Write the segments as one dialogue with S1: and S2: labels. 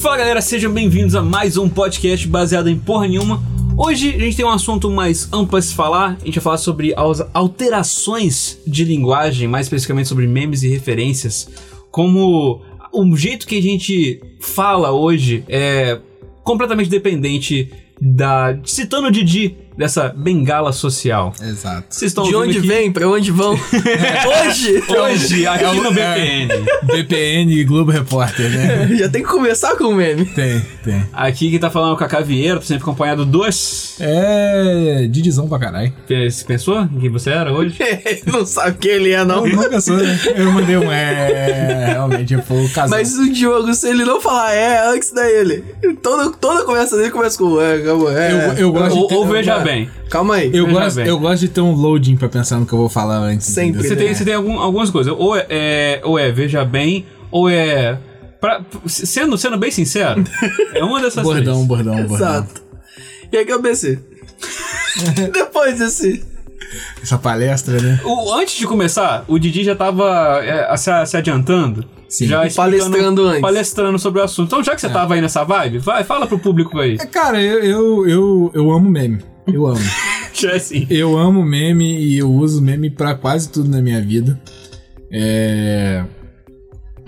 S1: Fala galera, sejam bem-vindos a mais um podcast baseado em porra nenhuma. Hoje a gente tem um assunto mais amplo a se falar. A gente vai falar sobre as alterações de linguagem, mais especificamente sobre memes e referências. Como o jeito que a gente fala hoje é completamente dependente da. citando o Didi, dessa bengala social.
S2: Exato.
S1: Vocês estão
S3: De
S1: ouvindo
S3: onde
S1: aqui?
S3: vem? Pra onde vão? Hoje!
S1: Hoje, tá aqui
S2: É o-
S1: no BPN.
S2: BPN e Globo Repórter, né?
S3: Já tem que começar com o meme.
S2: tem, tem.
S1: Aqui quem tá falando é o Cacá Vieira, tô sempre acompanhado dos.
S2: É. Didizão pra caralho.
S1: Você Pensou em quem você era hoje?
S3: Não sabe quem ele é, não.
S2: Eu nunca sou, né? Eu mandei um é. Realmente, eu fui o casal.
S3: Mas o Diogo, se ele não falar é, antes da ele. Toda, toda conversa dele começa com é, calma, é.
S2: Eu, eu gosto de
S1: Ou,
S2: ter-
S1: ou
S2: eu
S1: veja
S2: gosto-
S1: bem.
S3: Calma aí.
S2: Eu
S1: Veja
S2: gosto,
S1: bem.
S2: eu gosto de ter um loading pra pensar no que eu vou falar antes.
S3: Sempre.
S2: entendeu?
S1: Você tem,
S3: É.
S1: você tem algum- algumas coisas. Ou é, é- ou é veja bem, ou é. pra- sendo, sendo bem sincero, é uma dessas
S2: Bordão,
S1: três.
S2: bordão, bordão.
S3: Exato. E aí que eu pensei. Depois desse.
S2: Essa palestra, né?
S1: O- antes de começar, o Didi já tava é, se, se adiantando.
S2: Sim.
S1: Já
S2: E
S1: explicando-
S3: palestrando antes.
S1: Palestrando sobre o assunto. Então, já que você tava aí nessa vibe, vai, fala pro público aí.
S2: É, Cara, eu, eu, eu, eu amo meme. Eu amo. é
S1: Já assim.
S2: Eu amo meme e eu uso meme pra quase tudo na minha vida. É.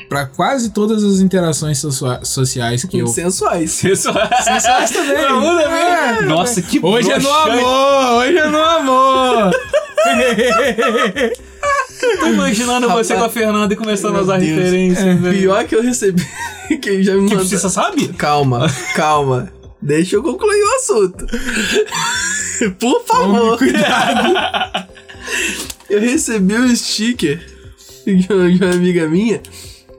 S2: Pra quase todas as interações socia- sociais que eu.
S3: Sensuais.
S1: Sensuais também.
S2: É.
S1: Nossa, que
S2: Hoje é no
S1: broxante.
S2: amor! Hoje é no amor!
S1: Tô imaginando você
S3: Rapaz.
S1: com a Fernanda e
S2: é
S1: começando a usar
S3: Deus. É.
S1: referências. velho.
S3: Pior que eu recebi. Quem já me
S1: Que
S3: mandou.
S1: Tipo, você só sabe?
S3: Calma, calma. Deixa eu concluir o assunto. Por favor. Eu recebi um sticker de uma, de uma amiga minha.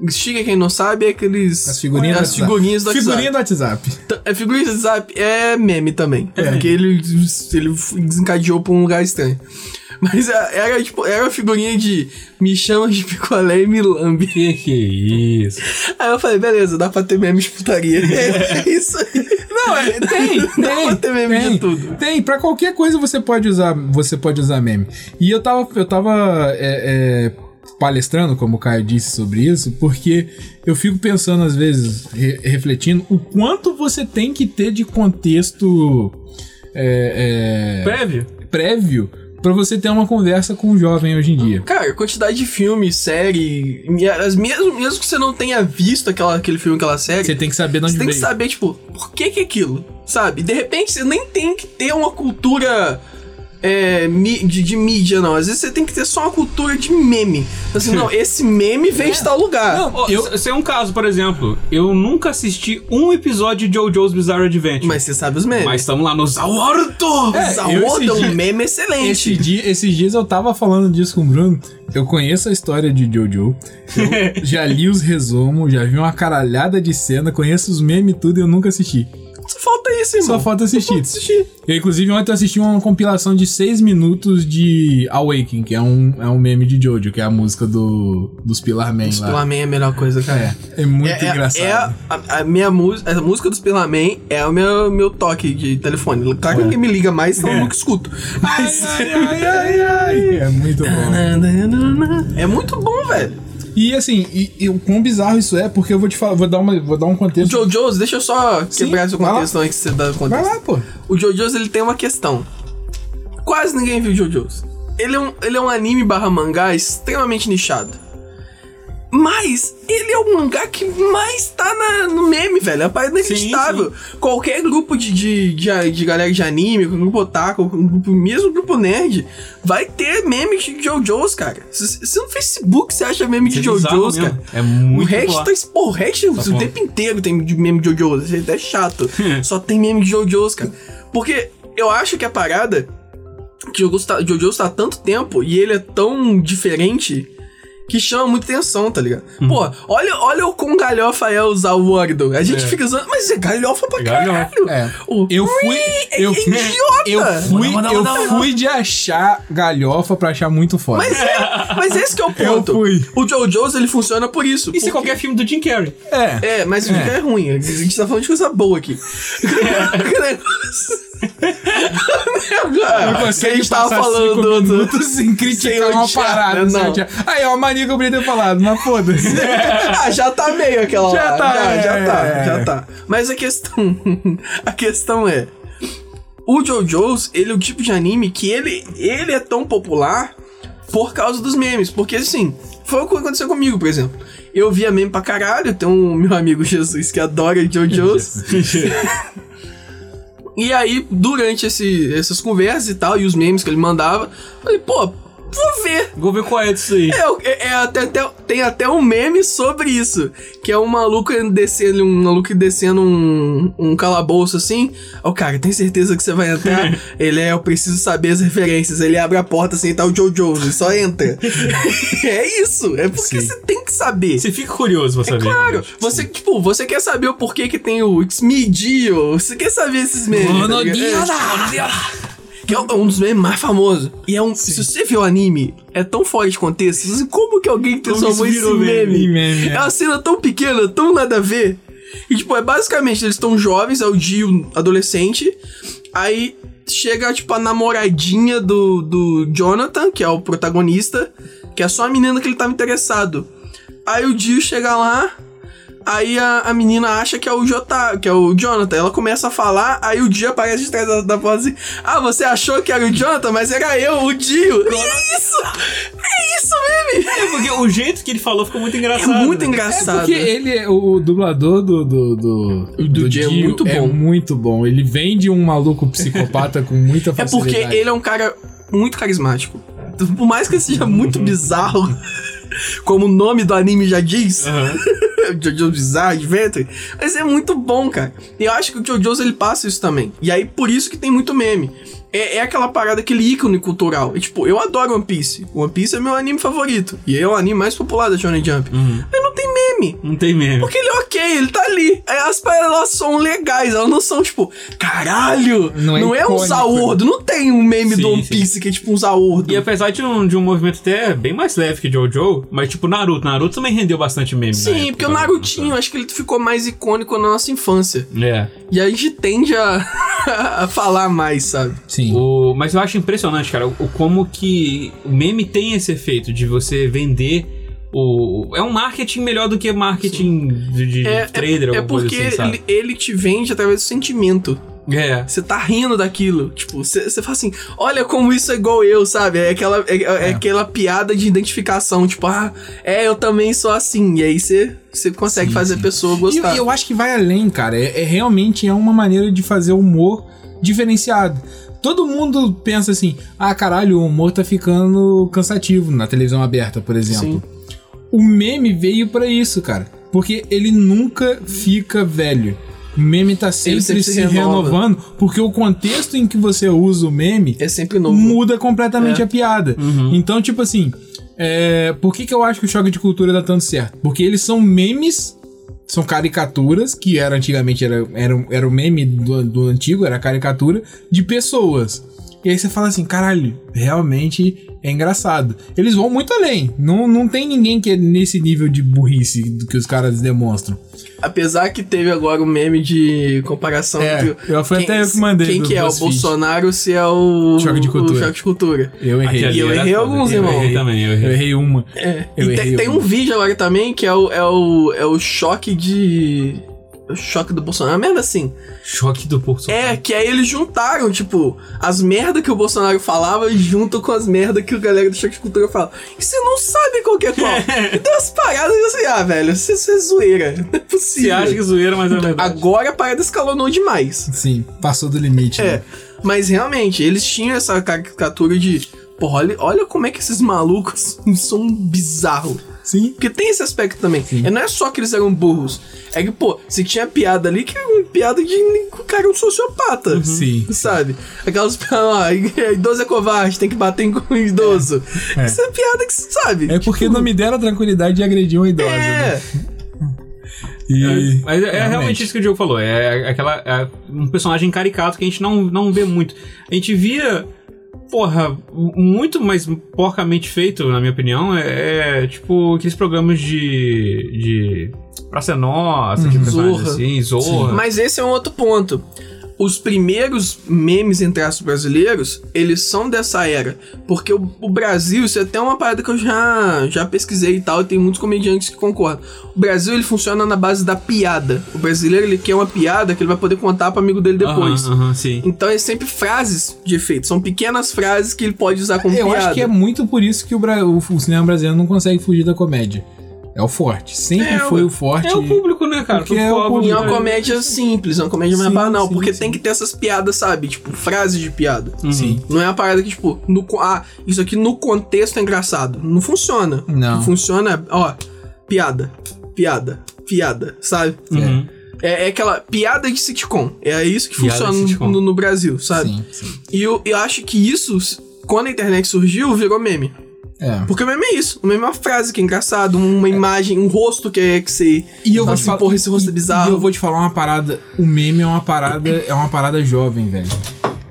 S3: Sticker, quem não sabe, é aqueles.
S2: As figurinhas
S3: as
S2: do WhatsApp.
S3: figurinhas do WhatsApp.
S2: Figurinha do WhatsApp.
S3: T- É figurinha do WhatsApp é meme também. É. Porque ele, ele desencadeou pra um lugar estranho. Mas a- era tipo, era a figurinha de me chama de picolé e me lambe.
S1: Que que é isso?
S3: Aí eu falei, beleza, dá pra ter meme de putaria. É isso aí. Não, é,
S2: Tem,
S3: dá pra
S2: tem,
S3: ter meme
S2: tem,
S3: de tudo.
S2: Tem, pra qualquer coisa você pode usar, você pode usar meme. E eu tava, eu tava é, é, palestrando, como o Caio disse sobre isso, porque eu fico pensando às vezes, re- refletindo, o quanto você tem que ter de contexto é, é,
S1: Prévio?
S2: prévio pra você ter uma conversa com um jovem hoje em dia.
S3: Cara, quantidade de filme, série, e as mesmo, mesmo que você não tenha visto aquela, aquele filme, aquela série,
S2: Você tem que saber de onde
S3: você tem que
S2: veio.
S3: saber, tipo, por que que é aquilo, sabe? De repente você nem tem que ter uma cultura é, mi- de, de mídia, não. Às vezes você tem que ter só uma cultura de meme. Assim, não, esse meme veio de tal lugar.
S2: É. Não,
S1: Ó,
S2: eu-
S1: se- se é um caso, por exemplo, eu nunca assisti um episódio de JoJo's Bizarre Adventure.
S3: Mas você sabe os memes.
S1: Mas estamos lá no
S3: Zawarto!
S2: É, eu
S3: Zawarto é
S2: esse
S3: um
S2: dia-
S3: meme excelente.
S2: Esse dia- esses dias eu tava falando disso com o Bruno. Eu conheço a história de Jojo. Eu já li os resumos, já vi uma caralhada de cena, conheço os memes e tudo e eu nunca assisti.
S3: Só falta isso, irmão.
S2: Só falta assistir.
S3: assistir.
S2: Eu, inclusive, ontem eu assisti uma compilação de 6 minutos de Awakening, que é um, é um meme de Jojo, que é a música do, dos Pilar Man
S3: Os
S2: lá.
S3: Pilar Man é a melhor coisa, cara.
S2: É, é muito
S3: é,
S2: engraçado.
S3: É a, a- a minha música, a música dos Pilar Man é o meu, meu toque de telefone. Claro que
S2: É.
S3: ninguém me liga mais, então eu nunca escuto.
S2: Ai,
S3: Mas...
S2: ai, ai, ai, ai. É muito bom.
S3: É muito bom, velho.
S2: E assim, e, e o quão bizarro isso é, porque eu vou te falar, vou dar, uma, vou dar um contexto.
S3: O Jojo's, deixa eu só
S2: Sim,
S3: quebrar seu
S2: vai lá.
S3: contexto antes que você dá o
S2: Vai
S3: contexto.
S2: lá, pô.
S3: O Jojo's, ele tem uma questão. Quase ninguém viu Jojo's. Ele é um, ele é um anime barra mangá extremamente nichado. Mas ele é o mangá que mais tá na- no meme, velho. É uma parada inacreditável. Qualquer grupo de, de, de, de galera de anime, com grupo otaku, com grupo, mesmo grupo nerd, vai ter meme de JoJo's, cara. Se, se no Facebook você acha meme de
S1: Isso é bizarro
S3: JoJo's,
S1: mesmo.
S3: cara.
S1: É
S3: O
S1: muito
S3: resto
S1: popular.
S3: tá expo- o resto o
S1: bom.
S3: tempo inteiro tem de meme de JoJo. Isso é até chato. Só tem meme de JoJo's, cara. Porque eu acho que a parada que o JoJo's tá, JoJo's tá há tanto tempo e ele é tão diferente que chama muita atenção, tá ligado?
S2: Uhum.
S3: Pô, olha, olha o com galhofa é usar o Wardo. A gente
S1: É.
S3: fica usando, mas é galhofa pra
S1: É galhofa.
S3: caralho.
S2: É.
S3: O
S2: Eu fui.
S3: é
S2: Eu fui.
S3: idiota.
S2: Eu fui,
S3: Não, não,
S2: eu
S3: não, não.
S2: fui de achar galhofa pra achar muito foda.
S3: Mas, é, mas esse que é o
S2: Eu
S3: ponto.
S2: fui.
S3: O JoJo's, ele funciona por isso.
S1: E se
S3: porque-
S1: qualquer filme do Jim Carrey?
S2: é. É.
S3: É, mas o que é ruim. A gente tá falando de coisa boa aqui. O negócio-
S2: Não
S3: que a
S2: consegue
S3: gente tava
S2: passar
S3: falando
S2: cinco
S3: do- do-
S2: minutos sem criticar
S3: sem
S2: uma
S3: odiar,
S2: parada.
S3: né?
S2: sem
S3: Não.
S2: odiar. Aí, ó, a mania que eu poderia ter falado, mas foda-se.
S3: ah, já tá meio aquela
S2: Já
S3: lá.
S2: tá,
S3: já, já
S2: é,
S3: tá,
S2: é.
S3: já tá. Mas a questão. a questão é. O JoJo's, ele é o tipo de anime que ele, ele é tão popular por causa dos memes. Porque assim, foi o que aconteceu comigo, por exemplo. Eu via meme pra caralho, tem um meu amigo Jesus que adora JoJo's. E aí, durante esse- essas conversas e tal, e os memes que ele mandava, eu falei, pô, vou ver.
S1: Vou ver qual é disso aí.
S3: É, o- é- é até, até- tem até um meme sobre isso. Que é um maluco descendo, um maluco descendo um, um calabouço assim. Ó, cara, tem certeza que você vai entrar? Ele é, eu preciso saber as referências. Ele abre a porta assim e tá o Jojo, ele só entra. é isso, é porque
S1: Sim.
S3: você tem que saber.
S1: Você fica curioso pra saber.
S3: É Claro,
S1: realmente.
S3: você, tipo, você quer saber o porquê que tem o It's Me Dio, você quer saber esses memes. tá ligado? É, que é um dos memes mais famosos. E é um. Se você vê o anime, é tão fora de contexto. você diz, assim, Como que alguém
S1: Como
S3: transformou
S1: isso
S3: esse
S1: virou
S3: meme?
S2: meme? Meme, é.
S3: É uma cena tão pequena, tão nada a ver. E, tipo, é basicamente, eles estão jovens, é o Dio adolescente. Aí chega, tipo, a namoradinha do, do Jonathan, que é o protagonista, que é só a menina que ele tava interessado. Aí o Dio chega lá, aí a, a menina acha que é o Jota, que é o Jonathan. Ela começa a falar, aí o Dio aparece de trás da, da porta assim: Ah, você achou que era o Jonathan, mas era eu, o Dio. E é isso! É isso, meme!
S1: É porque o jeito que ele falou ficou muito
S3: É
S1: engraçado.
S3: muito
S1: né?
S3: engraçado.
S2: É porque ele, é- o, o dublador do. Do, do,
S3: O do Jay é
S2: Dio
S3: muito bom.
S2: muito bom. Ele vende um maluco psicopata com muita
S3: É porque
S2: facilidade.
S3: ele é um cara muito carismático. Por mais que seja muito bizarro, como o nome do anime já diz,
S1: Aham.
S3: Jojo Bizarre Adventure, mas é muito bom, cara. E eu acho que o Jojo's ele passa isso também. E aí por isso que tem muito meme. É, é aquela parada, aquele ícone cultural. E, tipo, eu adoro One Piece. One Piece é meu anime favorito. E é o anime mais popular da Shonen Jump. Mas não tem meme.
S1: Não tem meme.
S3: Porque ele é ok, ele tá ali. Aí As paradas elas são legais, elas não são tipo, caralho, não
S2: Não
S3: é,
S2: é
S3: um
S2: icônico.
S3: zaordo, não tem um meme
S1: Sim,
S3: do One
S1: sim.
S3: Piece que é tipo um zaordo.
S1: E apesar de um, de um movimento até bem mais leve que Jojo, mas tipo Naruto, Naruto também rendeu bastante meme. na
S3: Sim,
S1: época,
S3: porque o Narutinho, acho que ele ficou mais icônico na nossa infância.
S1: É.
S3: E a gente tende a, a falar mais, sabe?
S2: Sim.
S1: O- mas eu acho impressionante, cara, o, o como que o meme tem esse efeito de você vender o. É um marketing melhor do que marketing de, de
S3: É-
S1: trader,
S3: É
S1: alguma coisa
S3: porque
S1: assim, sabe?
S3: ele, ele te vende através do sentimento.
S1: É.
S3: Você tá rindo daquilo. Tipo, você você fala assim, olha como isso é igual eu, sabe? É aquela, é, é
S2: É.
S3: aquela piada de identificação, tipo, ah, é, eu também sou assim. E aí você, você consegue
S2: Sim,
S3: fazer a
S2: sim.
S3: pessoa
S2: E
S3: gostar.
S2: eu- eu acho que vai além, cara. É, é realmente é uma maneira de fazer humor diferenciado. Todo mundo pensa assim: ah, caralho, o humor tá ficando cansativo na televisão aberta, por exemplo. O meme veio pra isso, cara. Porque ele nunca fica velho. O meme tá sempre,
S3: sempre se
S2: se
S3: renova.
S2: renovando, porque o contexto em que você usa o meme
S3: É sempre novo.
S2: muda completamente
S3: É.
S2: a piada. Então, tipo assim, é, por que, que eu acho que o choque de cultura dá tanto certo? Porque eles são memes, são caricaturas, que era antigamente era, era, um- era o meme do, do antigo, era a caricatura, de pessoas. E aí você fala assim, caralho, realmente é engraçado. Eles vão muito além. Não, não tem ninguém que é nesse nível de burrice do que os caras demonstram.
S3: Apesar que teve agora o meme de comparação
S2: É,
S3: entre.
S2: eu- foi até eu que mandei
S3: Então, Quem
S2: do
S3: que é? O
S2: BuzzFeed.
S3: Bolsonaro se é o.
S2: Choque de cultura.
S3: O choque de cultura.
S2: Eu errei.
S1: Aquele ali
S3: eu
S1: era
S3: errei
S1: foda.
S3: alguns,
S1: eu
S3: irmão.
S1: Errei também, eu errei.
S2: Eu errei uma.
S3: É.
S2: Eu
S3: e te-
S2: errei
S3: tem
S2: uma.
S3: um vídeo agora também que é o, é o, é o choque de. O choque do Bolsonaro. Mesmo assim.
S1: Choque do Porto
S3: É, que aí eles juntaram, tipo, as merda que o Bolsonaro falava junto com as merda que o galera do Choque de Cultura fala. E você não sabe qual que é qual. então as paradas, eu sei, ah, velho, isso isso é zoeira. Não é
S1: Você
S3: possível.
S1: acha que é zoeira, mas é verdade.
S3: Agora a parada escalonou demais.
S2: Sim, passou do limite.
S3: É,
S2: né?
S3: mas realmente, eles tinham essa caricatura de... Porra, olha, olha como é que esses malucos são bizarros.
S2: Sim.
S3: Porque tem esse aspecto também.
S2: Sim.
S3: É, não é só que eles eram burros. É que, pô, se tinha piada ali que era uma piada de que o cara é um sociopata.
S2: Sim.
S3: Sabe? Aquelas piadas, ó, idoso é covarde, tem que bater em com idoso.
S2: É.
S3: Essa é piada que você sabe.
S2: É porque não me deram a tranquilidade de agredir uma idosa, né?
S3: tipo, É,
S2: E-
S1: Mas é realmente. isso que o Diogo falou. É aquela. é um personagem caricato que a gente não, não vê muito. A gente via. Porra, muito mais porcamente feito, na minha opinião, é, é, tipo aqueles programas de. de. Praça é Nossa, aqueles personagens
S3: Zorra.
S1: assim, Zorra.
S3: Mas esse é um outro ponto. os primeiros memes em traços brasileiros, eles são dessa era. Porque o, o Brasil, isso é até uma parada que eu já, já pesquisei e tal, e tem muitos comediantes que concordam. O Brasil, ele funciona na base da piada. O brasileiro, ele quer uma piada que ele vai poder contar pro amigo dele depois.
S1: Aham, aham, sim.
S3: Então é sempre frases de efeito, são pequenas frases que ele pode usar como
S2: Eu
S3: piada.
S2: acho que é muito por isso que o, Bra- o- o cinema brasileiro não consegue fugir da comédia. É o forte. Sempre
S3: É,
S2: foi
S3: ué.
S2: o forte.
S1: É o público, né, cara?
S2: Porque
S1: Tu
S2: é o
S1: cobra,
S2: público.
S3: E é
S1: né?
S3: uma comédia simples, é uma comédia mais
S2: Sim,
S3: banal,
S2: sim,
S3: porque
S2: sim. Uhum.
S3: tem que ter essas piadas, sabe? Tipo, frases de piada.
S2: Sim.
S3: Não é uma parada que, tipo, no, co- ah, isso aqui no contexto é engraçado. Não funciona.
S2: Não.
S3: Funciona, é, ó, piada, piada, piada, sabe?
S1: Uhum.
S3: É, é aquela piada de sitcom. É isso que
S1: Piada de
S3: funciona
S1: sitcom.
S3: no, no Brasil, sabe?
S2: Sim, sim.
S3: E eu, eu acho que isso, quando a internet surgiu, virou meme.
S2: É.
S3: Porque o meme é isso. O meme é uma frase que é engraçado, uma imagem, um rosto que é que você.
S2: E eu vou
S3: fala
S2: te
S3: assim,
S2: falar,
S3: Porra, esse rosto é
S2: e-
S3: bizarro.
S2: E eu vou te falar uma parada. O meme é uma parada, é uma parada jovem, velho.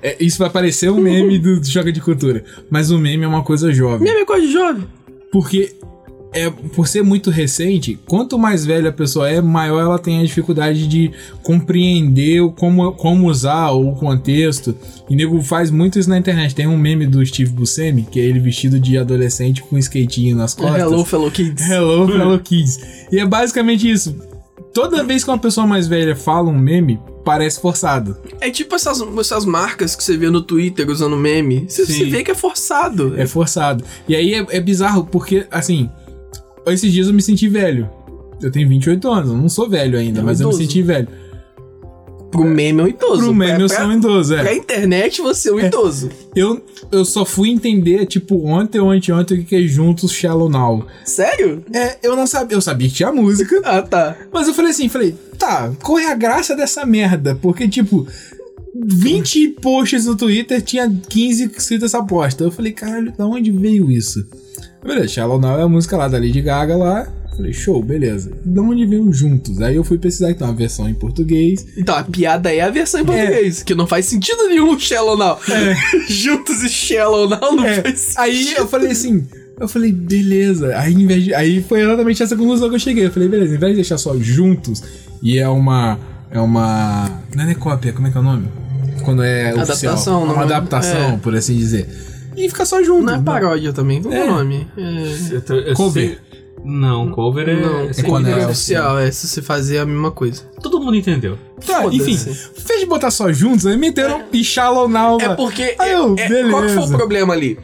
S2: É, isso vai parecer um meme do, do Choca de Cultura, mas o meme é uma coisa jovem.
S3: Meme é coisa de jovem.
S2: Porque é por ser muito recente, quanto mais velha a pessoa é, maior ela tem a dificuldade de compreender o como, como usar o contexto. E nego faz muito isso na internet. Tem um meme do Steve Buscemi, que é ele vestido de adolescente com um skatinho nas costas.
S3: É, Hello, fellow kids.
S2: Hello, fellow kids. E é basicamente isso. Toda vez que uma pessoa mais velha fala um meme, parece forçado.
S3: É tipo essas, essas marcas que você vê no Twitter usando meme. Você,
S1: Sim.
S3: você vê que é forçado.
S2: É forçado. E aí é, é bizarro, porque, assim, esses dias eu me senti velho. Eu tenho 28 anos, eu não sou velho ainda,
S3: É um
S2: mas eu me
S3: idoso.
S2: senti velho.
S3: Pro meme é um idoso.
S2: Pro meme eu
S3: pra,
S2: sou um idoso,
S3: pra
S2: é.
S3: internet você é um idoso.
S2: Eu, eu só fui entender, tipo, ontem ou anteontem, o que que é Juntos Shallow Now.
S3: Sério?
S2: É, eu não sabia, eu sabia que tinha música,
S3: Ah, tá.
S2: Mas eu falei assim, falei, tá, qual é a graça dessa merda? Porque, tipo, 20 posts no Twitter tinha 15 escritos essa aposta. Eu falei, caralho, da onde veio isso? Beleza, Shallow Now é a música lá da Lady Gaga lá. Falei, show, beleza. Da onde veio juntos? Aí eu fui pesquisar, então, a versão em português.
S3: Então, a piada é a versão em português, que não faz sentido nenhum Shallow Now. Juntos e Shallow Now não
S2: É,
S3: faz sentido.
S2: aí eu falei assim, eu falei, beleza. Aí, em vez de- aí foi exatamente essa conclusão que eu cheguei. Eu falei, beleza, em vez de deixar só juntos, e é uma. É uma. Não é nem cópia, como é que é o nome? Quando é
S3: Adaptação,
S2: oficial.
S3: não
S2: Uma
S3: é?
S2: adaptação, por assim dizer. E fica só junto.
S3: Não é
S2: né?
S3: paródia também, qual é
S2: É.
S3: o nome? É,
S1: Eu tô- eu
S2: Cover.
S1: sei- Não, cover é.
S3: não,
S1: sem
S2: quando é
S1: graça.
S3: oficial, é se você fazer a mesma coisa.
S1: Todo mundo entendeu.
S2: Tá,
S3: Foda-se.
S2: enfim. Fez de botar só juntos, aí meteram e Shallow Now.
S3: É
S2: lá.
S3: porque.
S2: Aí eu,
S3: é- é- qual que foi o
S2: beleza.
S3: problema ali?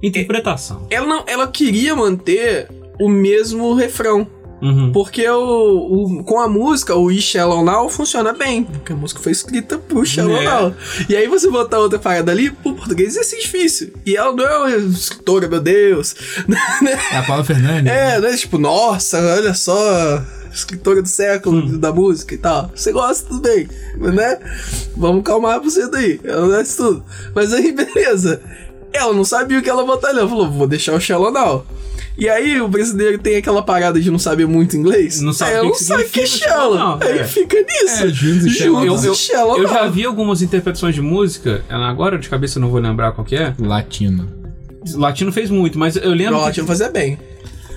S1: É. Interpretação.
S3: Ela, não, ela queria manter o mesmo refrão.
S1: Uhum.
S3: Porque o, o- com a música, o Is Shallow Now funciona bem. Porque a música foi escrita pro Shallow
S1: É.
S3: Now. E aí você botar outra parada ali, pro português ia ser difícil. E ela não é uma escritora, meu Deus. Né?
S2: É a Paula Fernandes.
S3: é, né? Tipo, nossa, olha só. Escritora do século
S1: Hum.
S3: da música e tal. Você gosta, tudo bem. Mas, né? Vamos calmar você daí. Ela não é isso tudo. Mas aí, beleza. Ela não sabia o que ela botar ali. Ela falou, vou deixar o Shallow Now. E aí, o brasileiro tem aquela parada de não saber muito inglês.
S1: Não sabe
S3: Aí
S1: o
S3: eu
S1: que
S3: não
S1: que
S3: sabe o que é
S1: significa Shallow
S3: Shallow.
S1: Now,
S3: Aí
S1: é.
S3: fica nisso.
S2: É, juntos e Shallow
S3: Juntos
S1: Now.
S3: e Shallow
S1: Eu
S3: Now.
S1: já vi algumas interpretações de música, é, agora de cabeça eu não vou lembrar qual que é.
S2: Latino.
S1: Latino fez muito, mas eu lembro.
S3: Não, tinha que fazer bem.
S1: que-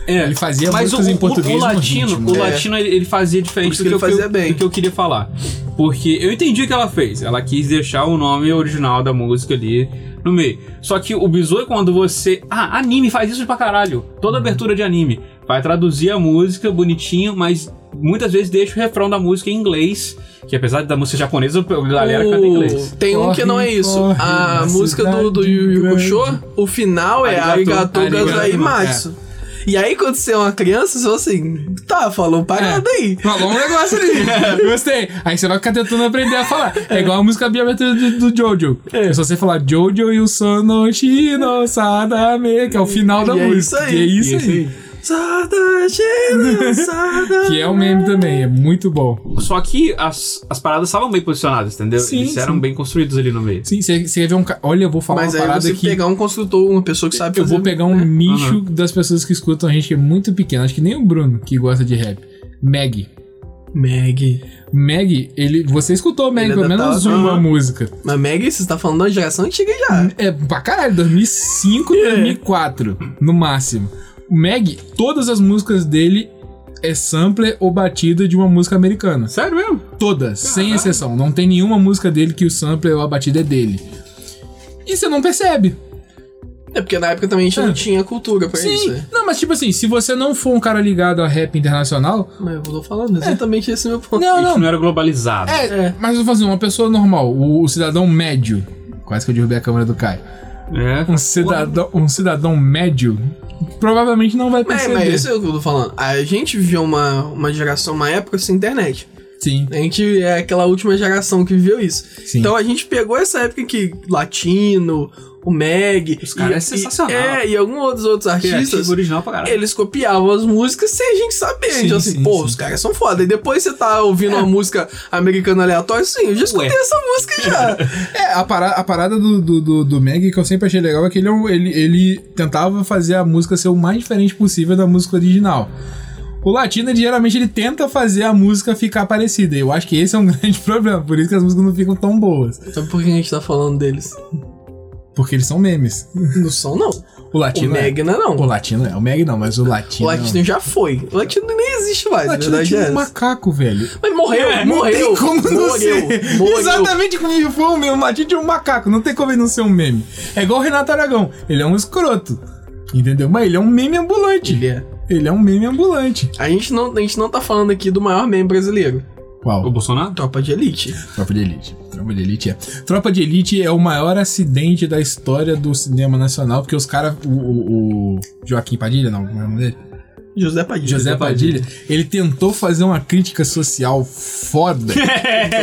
S1: é,
S2: Ele fazia
S1: mas
S2: músicas
S1: o,
S2: em
S1: o-
S2: português
S1: O
S2: no
S1: latino,
S2: ritmo.
S1: o
S2: É.
S1: latino ele fazia diferente
S3: Por isso
S1: do que,
S3: que
S1: eu,
S3: ele fazia
S1: do
S3: bem.
S1: que eu queria falar. Porque eu entendi o que ela fez. Ela quis deixar o nome original da música ali no meio. Só que o bizu é quando você. Ah, anime faz isso pra caralho. Toda abertura de anime. Vai traduzir a música bonitinho, mas muitas vezes deixa o refrão da música em inglês. Que apesar da música japonesa, a galera canta em inglês.
S3: O- Tem um que não é isso.
S2: Corre, corre,
S3: a
S2: na
S3: música do, do
S2: cidade
S3: Yu Yu
S2: grande.
S3: Hakusho, o final é
S1: Arigato.
S3: Arigato
S2: Arigato,
S3: Gozaimatsu. E aí, quando você é uma criança, você fala assim, tá, falou parada aí.
S2: Falou um negócio ali. Gostei. Aí você vai ficar tentando aprender a falar. É igual a música de abertura do, do Jojo. É só você falar Jojo e o Sanoshi no Sadame, que é o final da
S3: E é
S2: música.
S3: isso aí.
S2: Que é isso aí.
S3: Sadashiro, sada-
S2: Que é um meme também, é muito bom.
S1: Só que as, as paradas estavam bem posicionadas, entendeu?
S2: Sim,
S1: Eles eram
S2: sim.
S1: bem construídos ali no meio.
S2: Sim, você você quer ver um. ca- Olha, eu vou falar
S3: Mas
S2: uma
S3: aí
S2: parada
S3: você
S2: aqui.
S3: pegar um construtor, uma pessoa que sabe
S2: Eu vou
S3: fazer-
S2: pegar um nicho das pessoas que escutam a gente que é muito pequeno. Acho que nem o Bruno, que gosta de rap. Maggie.
S3: Meg.
S2: Maggie, ele, você escutou Maggie,
S3: Ele
S2: pelo
S3: ainda
S2: menos
S3: tá-
S2: uma
S3: Aham.
S2: música.
S3: Mas Meg, você tá falando da geração antiga já.
S2: É, pra caralho,
S3: É.
S2: 2005, 2004, no máximo. O Meg, todas as músicas dele é sampler ou batida de uma música americana.
S1: Sério mesmo?
S2: Todas, sem exceção. Não tem nenhuma música dele que o sampler ou a batida é dele. E você não percebe.
S3: É porque na época também a gente
S2: É.
S3: não tinha cultura pra
S2: Sim.
S3: isso, né?
S2: Não, mas tipo assim, se você não for um cara ligado a rap internacional.
S3: Mas eu tô falando exatamente esse meu ponto.
S2: É. Ah, Não,
S1: A gente
S2: não.
S1: não era globalizado.
S2: É,
S3: É.
S2: mas eu vou fazer uma pessoa normal, o, o cidadão médio. Quase que eu derrubei a câmera do Caio.
S1: É.
S2: Um cidadão, um cidadão médio provavelmente não vai
S3: Mas,
S2: perceber.
S3: mas isso é o que eu tô falando. A gente viveu uma, uma geração, uma época sem internet.
S2: Sim.
S3: A gente é aquela última geração que viveu isso.
S2: Sim.
S3: Então a gente pegou essa época que Latino, o Meg.
S1: Os caras
S3: e-
S1: é sensacional.
S3: E, é, e alguns outros, outros artistas.
S1: Criativo É original pra caralho.
S3: Eles copiavam as músicas sem a gente saber.
S2: Sim,
S3: então, assim,
S2: sim,
S3: pô,
S2: sim. É.
S3: os caras são foda. E depois você tá ouvindo uma música americana aleatória, sim, eu já escutei
S1: Ué.
S3: essa música já.
S2: É, a, para, a parada do, do, do, do Meg que eu sempre achei legal é que ele, é um- ele, ele tentava fazer a música ser o mais diferente possível da música original. O latino, ele, geralmente, ele tenta fazer a música ficar parecida. e Eu acho que esse é um grande problema. Por isso que as músicas não ficam tão boas.
S3: Sabe por que a gente tá falando deles?
S2: Porque eles são memes.
S3: No som, não.
S2: O
S3: O
S2: latino
S3: Meg, não é
S2: é. O
S3: não.
S2: latino é. O Meg não, mas o
S3: O
S2: latino...
S3: Latino já foi. O Latino nem existe mais,
S2: O
S3: na
S2: latino é
S3: verdade
S2: tipo
S3: é
S2: um
S3: essa.
S2: macaco, velho.
S3: Mas morreu,
S1: É,
S2: Não
S3: morreu.
S2: tem como não
S3: morreu,
S2: ser.
S3: morreu.
S2: Exatamente como foi o meme. O Latino é um macaco. Não tem como ele não ser um meme. É igual o Renato Aragão. Ele é um escroto. Entendeu? Mas ele é um meme ambulante.
S3: Ele é.
S2: Ele é um meme ambulante.
S3: A gente, não, a gente não tá falando aqui do maior meme brasileiro.
S1: O
S2: Qual?
S1: Bolsonaro?
S3: Tropa de Elite.
S2: Tropa de Elite. Tropa de Elite é. Tropa de Elite é o maior acidente da história do cinema nacional, porque os caras. O, o- o Joaquim Padilha, não, como é o nome dele?
S3: José Padilha.
S2: José Padilha. Ele tentou fazer uma crítica social foda.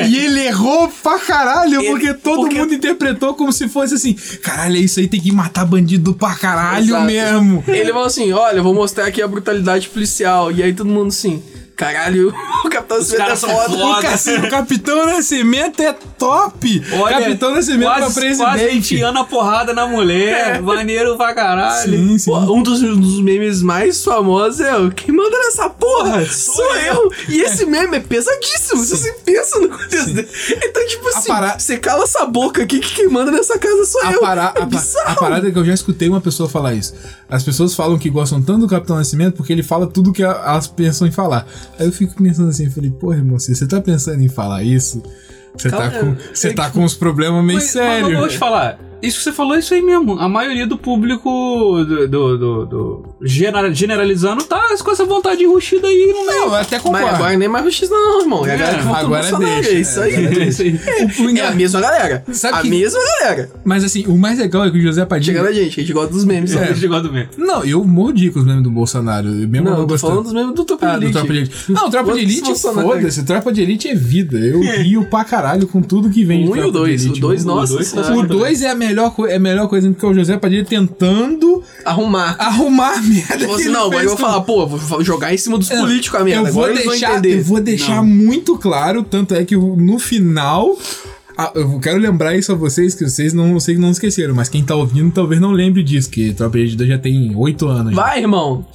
S2: e ele errou pra caralho,
S3: Ele-
S2: porque todo
S3: porque-
S2: mundo interpretou como se fosse assim: caralho, é isso aí, tem que matar bandido pra caralho
S3: Exato.
S2: mesmo.
S3: Ele falou assim: olha, eu vou mostrar aqui a brutalidade policial. E aí todo mundo assim, caralho, o Capitão Nascimento é
S1: caras são
S3: foda.
S1: foda.
S2: O, cacete, assim, o Capitão Nascimento é top! Capitão Nascimento
S1: quase,
S2: pra presidente. É.
S1: Quase enfiando a porrada na mulher. Maneiro pra caralho.
S2: Sim, sim.
S3: Pô, um dos, um dos memes mais famosos é o quem manda nessa porra sou eu. E esse meme é pesadíssimo. Se você pensa no contexto dele. Então, tipo assim,
S2: para-
S3: você cala essa boca aqui que quem manda nessa casa sou
S2: A,
S3: eu.
S2: para- a
S3: é
S2: pa- a parada é que eu já escutei uma pessoa falar isso. As pessoas falam que gostam tanto do Capitão Nascimento porque ele fala tudo que a- elas pensam em falar. Aí eu fico pensando assim, eu falei, porra, irmão, se você tá pensando em falar isso, você tá
S3: Cara,
S2: com,
S3: é
S2: você
S3: que-
S2: tá com uns problemas meio
S1: Mas- Mas, eu
S2: sérios.
S1: vou te falar. Isso que você falou é isso aí mesmo. A maioria do público do, do, do- do- genera- generalizando tá com essa vontade enrustida aí no meio.
S2: Não, eu até
S3: Mas
S2: concordo.
S3: agora nem mais X não, irmão. É a galera que votou no
S2: agora
S3: Bolsonaro,
S2: deixa,
S3: É isso
S2: é,
S3: aí.
S2: agora
S1: É isso aí.
S2: O- o
S3: É a
S2: engra-
S3: mesma galera.
S2: Sabe
S3: a
S2: que-
S3: mesma galera.
S2: Mas assim, o mais legal é que o José
S3: Chegando
S2: Padilha.
S3: a gente, a gente gosta dos memes.
S1: Só
S2: É.
S3: sabe?
S1: que eu gosto mesmo.
S2: Não, eu mordi com os memes do Bolsonaro. Mesmo
S3: Não,
S2: não,
S3: eu tô
S2: gostando.
S3: falando dos memes do Top
S2: Ah, do Tropa de Elite. Não, Tropa de
S3: Foda-se
S2: Elite,
S3: Bolsonaro.
S2: foda-se. Tropa de Elite é vida. Eu rio pra caralho com tudo que vem de
S3: Um e
S2: Tropa
S3: o dois.
S2: de
S3: O
S2: Elite.
S3: dois, nossa.
S1: dois,
S3: senhora.
S2: O 2 é, a melhor co- é a melhor coisa, porque é o José Padilha tentando
S3: Arrumar.
S2: arrumar a merda.
S3: Falou
S2: que
S3: assim,
S2: ele fez
S3: não,
S2: um-"
S3: mas eu vou
S2: com-
S3: falar, pô, eu vou jogar em cima dos políticos a merda.
S2: Eu vou
S3: Agora eles vão
S2: deixar,
S3: entender.
S2: eu vou deixar muito claro, tanto é que o- no final. ah, eu quero lembrar isso a vocês, que vocês não, sei que não esqueceram, mas quem tá ouvindo talvez não lembre disso, que Tropa de Elite 2 já tem 8 anos. já.
S3: Vai, irmão.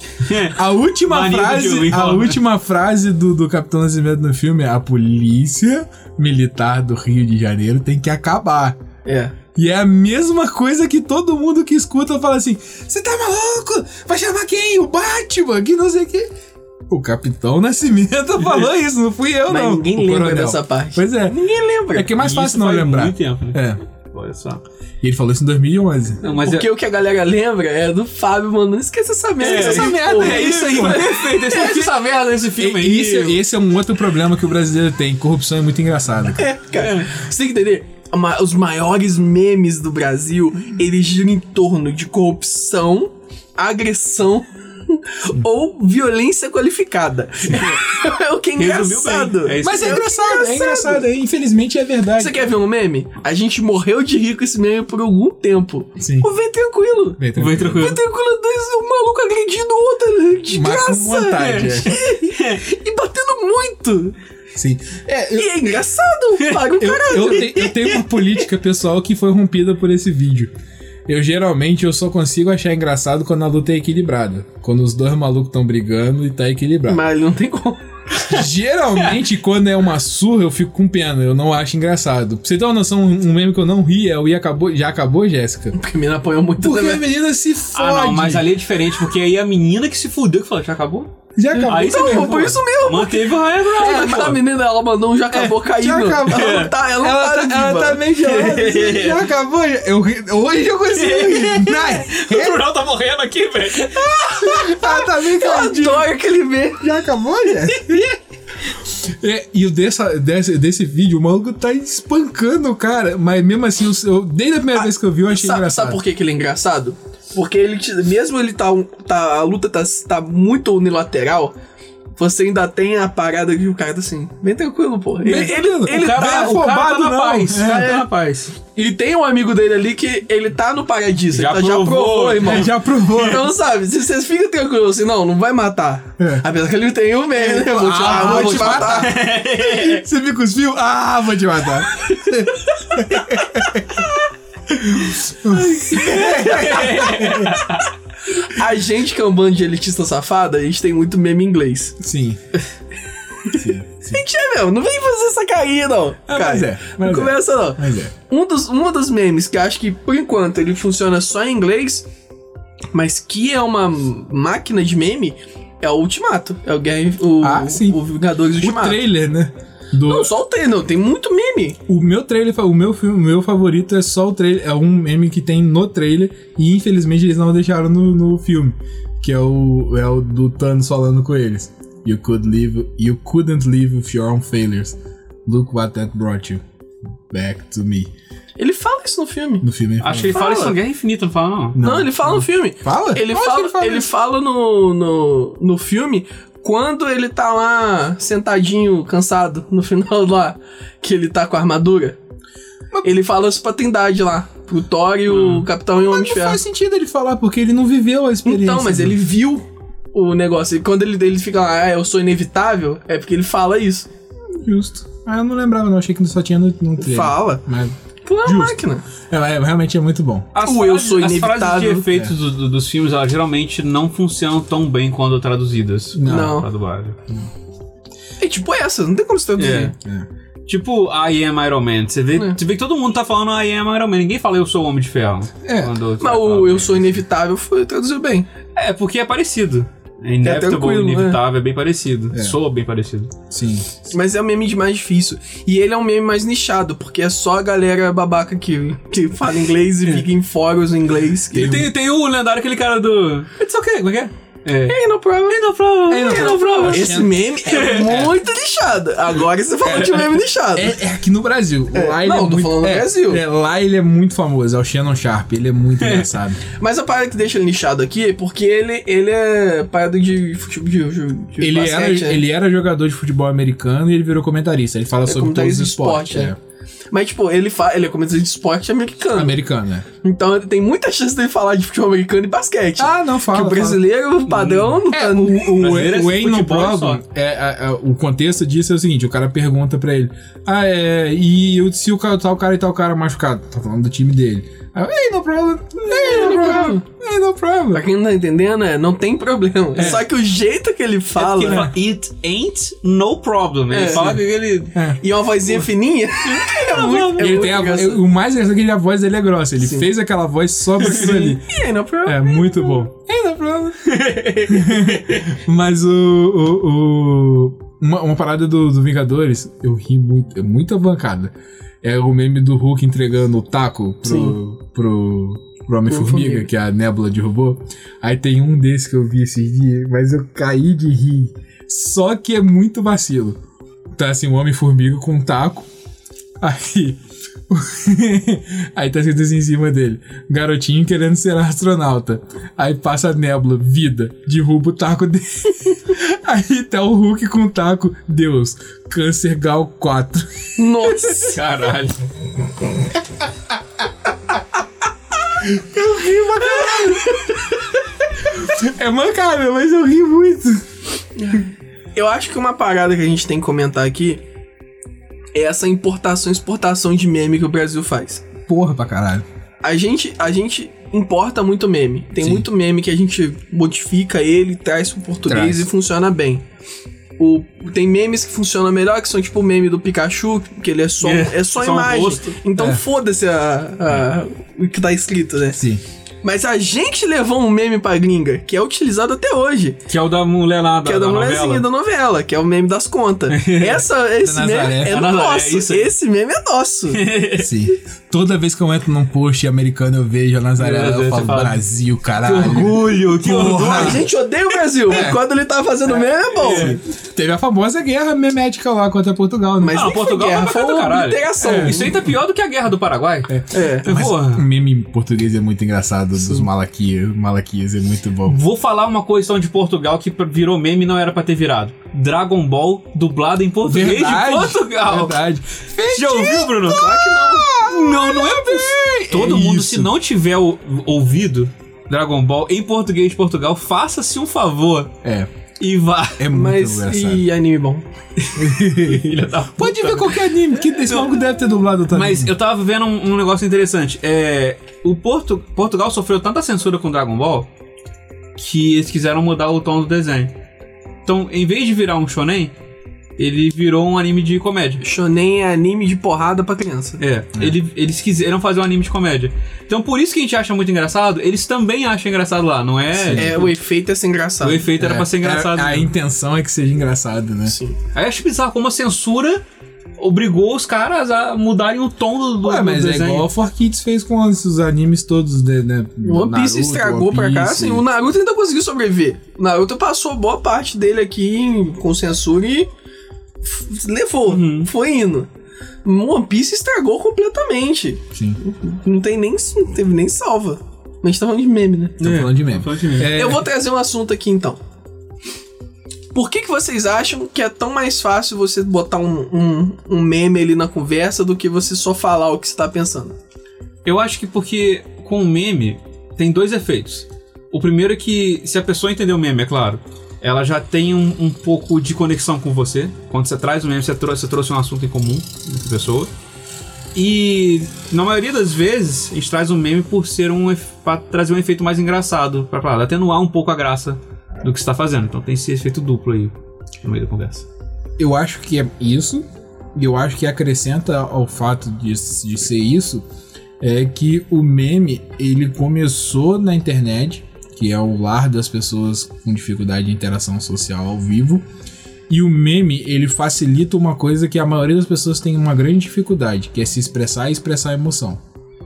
S2: A última
S1: Maníaco de
S2: frase,
S1: ouvir
S2: a
S1: falar.
S2: última frase do, do Capitão Nascimento no filme é: a polícia militar do Rio de Janeiro tem que acabar.
S3: É.
S2: E é a mesma coisa que todo mundo que escuta fala assim: Você tá maluco? Vai chamar quem? O Batman? Que não sei o quê. O Capitão Nascimento falou isso, não fui eu,
S3: Mas
S2: não.
S3: ninguém
S2: o
S3: lembra dessa parte.
S2: Pois é.
S3: Ninguém lembra.
S2: É que é mais
S1: E
S2: fácil
S1: isso
S2: não
S1: faz
S2: lembrar.
S1: muito tempo, né?
S2: É.
S1: Olha só.
S2: E ele falou isso em 2011.
S1: Não, mas
S3: Porque
S1: é,
S3: o que a galera lembra é do Fábio, mano. Não esqueça essa merda.
S1: É,
S3: essa
S1: é,
S3: merda.
S1: é isso aí,
S3: mano.
S1: perfeito. Esse
S3: Esquece essa merda nesse filme aí.
S2: Esse, esse é um outro problema que o brasileiro tem: corrupção é muito engraçada. cara.
S3: É, cara. Você tem que entender. ma- Os maiores memes do Brasil, eles giram em torno de corrupção, agressão ou violência qualificada. É o que é
S1: Resumiu
S3: engraçado.
S1: bem. É isso
S2: Mas é
S1: mesmo.
S2: engraçado, é engraçado. é- Infelizmente é verdade.
S3: Você quer ver um meme? A gente morreu de rir com esse meme por algum tempo.
S2: Sim.
S3: Pô, vem tranquilo.
S2: Bem
S1: Vai
S2: tranquilo.
S3: Vem
S1: tranquilo.
S3: é um tranquilo, dois, um maluco agredindo o outro de
S2: Mas com
S3: graça.
S2: vontade,
S3: e batendo muito.
S2: Sim. É, eu,
S3: E é engraçado, para o
S2: eu,
S3: caralho.
S2: eu te- eu tenho uma política pessoal que foi rompida por esse vídeo. Eu geralmente eu só consigo achar engraçado quando a luta é equilibrada. Quando os dois malucos estão brigando e tá equilibrado.
S3: Mas não tem como.
S2: Geralmente, quando é uma surra, eu fico com pena. Eu não acho engraçado. Pra você ter uma noção, um um meme que eu não ri é o E acabou, já acabou, Jéssica.
S3: Porque a menina apanhou muito
S2: Porque a
S3: também.
S2: menina se fode.
S1: Ah, não, mas ali é diferente, porque aí a menina que se fudeu que falou, já acabou?
S2: Já acabou.
S1: Aí você
S2: tá
S3: Então,
S1: mesmo,
S3: foi
S2: nervoso?
S3: isso mesmo.
S1: Manteve o raio
S3: É, aquela menina, ela mandou um já acabou caindo.
S2: É, já acabou.
S3: Ela não tá, ela não
S2: Ela
S3: tá,
S2: tá, ela tá meio gelada. assim, Já acabou? já- Eu, ri- hoje eu consigo rir.
S1: O
S2: Não,
S1: Brunão tá morrendo aqui, velho.
S2: ela tá meio
S3: Eu
S2: caldinha.
S3: adoro aquele meme.
S2: Já acabou, já? É, e o dessa, desse, desse vídeo, o maluco tá espancando o cara, mas mesmo assim, eu- eu- desde a primeira vez que eu vi, eu achei
S3: Ah, Sabe,
S2: engraçado.
S3: sabe por que, que ele é engraçado? Porque ele, te- mesmo ele tá, um- tá. A luta tá, tá muito unilateral. Você ainda tem a parada que o cara tá assim, bem tranquilo, pô. Ele, ele,
S2: tranquilo.
S3: ele
S1: O cara,
S3: tá,
S1: o cara tá
S2: é afobado,
S1: na
S2: não.
S1: paz. O cara
S3: É.
S1: tá na paz.
S3: E tem um amigo dele ali que ele tá no paradiso.
S1: Já
S3: ele tá, já
S1: provou,
S3: provou, irmão.
S2: Ele já provou.
S3: Então, sabe, se vocês ficam tranquilos assim, não, não vai matar.
S2: É.
S3: Apesar que ele tem um meme, né? Vou te,
S2: Ah,
S3: ah, vou te matar.
S2: Você viu com os fios? Ah, vou te matar.
S3: A gente que é um bando de elitista safada, a gente tem muito meme em inglês.
S2: Sim. Sim, sim.
S3: A gente é, meu. Não vem fazer essa carinha, não.
S2: Ah,
S3: cara.
S2: mas é, mas
S3: não
S2: é.
S3: começa, não.
S2: Mas é.
S3: Um dos, uma dos memes que eu acho que, por enquanto, ele funciona só em inglês, mas que é uma máquina de meme, é o Ultimato. É o, Guerra, o,
S2: Ah, sim.
S3: o Vingadores
S2: O
S3: Ultimato.
S2: trailer, né? Do,
S3: Não, só o trailer, não. Tem muito meme.
S2: O meu trailer, fa- o meu filme, o meu favorito é só o trailer, é um meme que tem no trailer e infelizmente eles não deixaram no, no filme, que é o é o do Thanos falando com eles. You could live, you couldn't live with your own failures. Look what that brought you back to me.
S3: Ele fala isso no filme.
S2: No filme. ele
S1: Acho que
S2: fala.
S1: ele fala
S3: Fala.
S1: isso no Guerra Infinita, não fala não.
S3: Não, ele fala no filme.
S2: Fala?
S3: Ele
S2: Eu acho que
S3: fala, ele fala,
S2: isso.
S3: no, no, no filme quando ele tá lá sentadinho, cansado, no final lá, que ele tá com a armadura. Ele fala isso pra Trindade lá, pro Thor e
S1: Uhum.
S3: o Capitão e o Homem de
S2: Não
S3: Ferro.
S2: faz sentido ele falar porque ele não viveu a experiência.
S3: Então, mas
S2: né?
S3: ele viu o negócio. E quando ele, ele fica lá, ah, eu sou inevitável, é porque ele fala isso.
S2: justo. Ah, eu não lembrava, não achei que só tinha no, no trailer.
S3: Fala.
S2: Mas
S3: Aquilo é
S2: Justo.
S3: uma máquina.
S2: é, é, realmente é muito bom.
S1: As
S3: O eu sou
S1: as frases de
S3: inevitável.
S1: efeitos do- do- dos filmes, elas geralmente não funcionam tão bem quando traduzidas.
S2: Não.
S3: Não.
S1: Pra dublagem.
S3: É tipo essa, não tem como se traduzir.
S1: É.
S2: É.
S1: Tipo, I am Iron Man. Você vê,
S3: É.
S1: você vê que todo mundo tá falando I am Iron Man. Ninguém fala eu sou o Homem de Ferro.
S2: É.
S1: Quando
S3: Mas
S1: fala
S3: o
S1: Homem.
S3: Eu Sou Inevitável foi traduzido bem.
S1: É, porque é parecido. É inevitable,
S3: tranquilo, né?
S1: inevitável, é bem parecido.
S2: É.
S1: Soa bem parecido.
S2: Sim.
S3: Mas é o meme de mais difícil. E ele é um meme mais nichado, porque é só a galera babaca que, que fala inglês e fica em fóruns em inglês. Que...
S1: E tem, um- tem o lendário, aquele cara do. It's okay, como é que é? É.
S3: Ain't no problem. Ain't no problem. Esse meme é
S2: É.
S3: muito nichado. Agora você falou de meme nichado.
S2: É, é aqui no Brasil. Lá ele
S3: Não,
S2: é
S3: tô
S2: muito,
S3: falando no
S2: é,
S3: Brasil.
S2: é, lá ele é muito famoso, é o Shannon Sharp. Ele é muito engraçado.
S3: Mas a parada que deixa ele nichado aqui é porque ele, ele é parada de futebol de, de, de
S2: Ele era,
S3: basquete, né?
S2: ele era jogador de futebol americano e ele virou comentarista. Ele fala sobre todos os
S3: É comentarista de
S2: esportes.
S3: esporte, Mas, tipo, ele, fa... ele é comentarista de esporte
S2: é.
S3: americano.
S2: Americano, né?
S3: Então ele tem muita chance dele falar de futebol americano e basquete.
S2: Ah, não, fala.
S3: que o brasileiro padrão não tá.
S2: É, o, o,
S1: Brasileiro é
S2: o Ain't No
S1: futebol só.
S2: Problem, é, a- a- o contexto disso é o seguinte, o cara pergunta pra ele, ah, é, e eu, se o ca- tal cara e tal cara machucado, tá falando do time dele. Aí, Ain't No Problem, Ain't No Problem, Ain't No
S3: Pra
S2: Problem.
S3: quem não tá entendendo, é, não tem problema. Só que o jeito que ele fala.
S1: É Porque ele fala, It ain't no problem. Ele
S3: É.
S1: fala que ele.
S2: É.
S3: E uma vozinha fininha. é muito, é
S2: Ele
S3: muito
S2: tem a,
S3: engraçado.
S2: o mais engraçado é que ele- a voz dele é grossa. Ele
S3: Sim.
S2: fez aquela voz só pra aquilo ali.
S3: E aí, não problema.
S2: É muito bom. Mas o. o- o- uma, uma parada do, do Vingadores, eu ri muito. É muita bancada. É o meme do Hulk entregando o taco
S3: Sim.
S2: pro. pro pro Homem-Formiga,
S3: Homem-Formiga.
S2: que é a Nebula derrubou. Aí tem um desse que eu vi esses dias, mas eu caí de rir. Só que é muito vacilo. Tá assim, o Homem-Formiga com um taco. Aí. aí tá escrito assim em cima dele: Garotinho querendo ser astronauta. Aí passa a nébula, vida, derruba o taco dele. aí tá o Hulk com o taco, Deus, câncer gal 4.
S1: É.
S3: Nossa.
S1: Caralho.
S2: É mancada, mas eu ri muito.
S3: Eu acho que uma parada que a gente tem que comentar aqui é essa importação e exportação de meme que o Brasil faz.
S2: Porra pra caralho.
S3: A gente, a gente importa muito meme. Tem
S2: Sim.
S3: muito meme que a gente modifica ele, traz pro português
S2: Traz.
S3: e funciona bem. O, tem memes que funcionam melhor, que são tipo o meme do Pikachu, que ele é só, é,
S1: É,
S3: só,
S1: só um
S3: imagem.
S1: rosto.
S3: Então
S2: É.
S3: foda-se a- a- o que tá escrito, né?
S2: Sim.
S3: Mas a gente levou um meme pra gringa, que é utilizado até hoje.
S1: Que é o da mulher lá da,
S3: Que é da,
S1: da
S3: mulherzinha
S1: novela.
S3: da novela, que é o meme das contas. Essa, esse meme
S2: Nazaré.
S3: é
S1: Da Nazaré,
S3: nosso.
S1: isso aí.
S3: esse meme é nosso.
S2: Sim. assim, Toda vez que eu entro num post americano, eu vejo a Nazaré,
S1: Meu Deus,
S2: eu
S1: você
S2: falo,
S1: fala,
S2: Brasil,
S1: Que
S2: caralho.
S1: Ah, orgulho, que
S2: Porra.
S1: orgulho.
S3: a gente odeia o Brasil, mas quando ele tá fazendo meme é bom.
S2: Assim, Teve a famosa guerra memédica lá contra Portugal, né?
S3: Mas
S1: Ah,
S3: nem foi
S1: Portugal
S3: guerra,
S1: vai pra
S3: foi
S1: do
S3: uma
S1: caralho.
S3: integração.
S1: É, Isso aí tá pior do que a guerra do Paraguai.
S3: É.
S1: Eu
S2: Mas
S1: vou-
S2: o meme em português é muito engraçado, dos malaquias. Malaquias é muito bom.
S1: Vou falar uma coisa então de Portugal que virou meme e não era pra ter virado. Dragon Ball dublado em português de Portugal.
S2: Verdade.
S1: Já ouviu, Bruno? Claro que não. Não, não é possível. Todo
S2: É
S1: mundo,
S2: isso.
S1: se não tiver o- ouvido Dragon Ball em português de Portugal, faça-se um favor
S2: É,
S1: e vá.
S2: é muito
S3: Mas
S2: engraçado.
S3: e anime bom?
S1: Filha da puta.
S2: Pode ver qualquer anime, que esse maluco deve ter dublado também.
S1: Mas eu tava vendo um, um negócio interessante. É, o Porto, Portugal sofreu tanta censura com Dragon Ball que eles quiseram mudar o tom do desenho. Então, em vez de virar um shonen, ele virou um anime de comédia.
S3: Shonen é anime de porrada pra criança.
S1: É, ele- eles quiseram fazer um anime de comédia. Então, por isso que a gente acha muito engraçado, eles também acham engraçado lá, não é?
S3: É, o efeito é ser engraçado.
S1: O efeito era pra ser engraçado.
S2: É, A, a
S1: mesmo.
S2: intenção é que seja engraçado, né?
S3: Sim.
S1: Aí eu acho bizarro como a censura obrigou os caras a mudarem o tom do, do,
S2: Ué,
S1: do
S2: mas é
S1: desenho.
S2: igual a 4Kids fez com esses animes todos, né? né,
S3: O One Piece
S2: Naruto,
S3: estragou
S2: One
S3: pra cá,
S2: Piece.
S3: assim, o Naruto ainda conseguiu sobreviver. O Naruto passou boa parte dele aqui em- com censura e f- levou,
S1: Uhum.
S3: foi indo. O One Piece estragou completamente.
S2: Sim,
S3: Não tem nem, não teve nem salva. Mas gente tá falando de meme, né?
S2: tô falando de meme.
S1: É, Falando de meme.
S2: É,
S3: Eu vou trazer um assunto aqui então. Por que, que vocês acham que é tão mais fácil você botar um, um, um meme ali na conversa do que você só falar o que você tá pensando?
S1: Eu acho que porque com o meme tem dois efeitos. O primeiro é que se a pessoa entender o meme, é claro, ela já tem um, um pouco de conexão com você. Quando você traz o meme, você trouxe, você trouxe um assunto em comum com outra pessoa. E na maioria das vezes, a gente traz um meme por ser um ef- pra trazer um efeito mais engraçado pra parada, atenuar um pouco a graça do que você tá fazendo. Então tem esse efeito duplo aí no meio da conversa.
S2: Eu acho que é isso, e eu acho que acrescenta ao fato de, de ser isso, é que o meme, ele começou na internet, que é o lar das pessoas com dificuldade de interação social ao vivo, e o meme, ele facilita uma coisa que a maioria das pessoas tem uma grande dificuldade, que é se expressar e expressar emoção.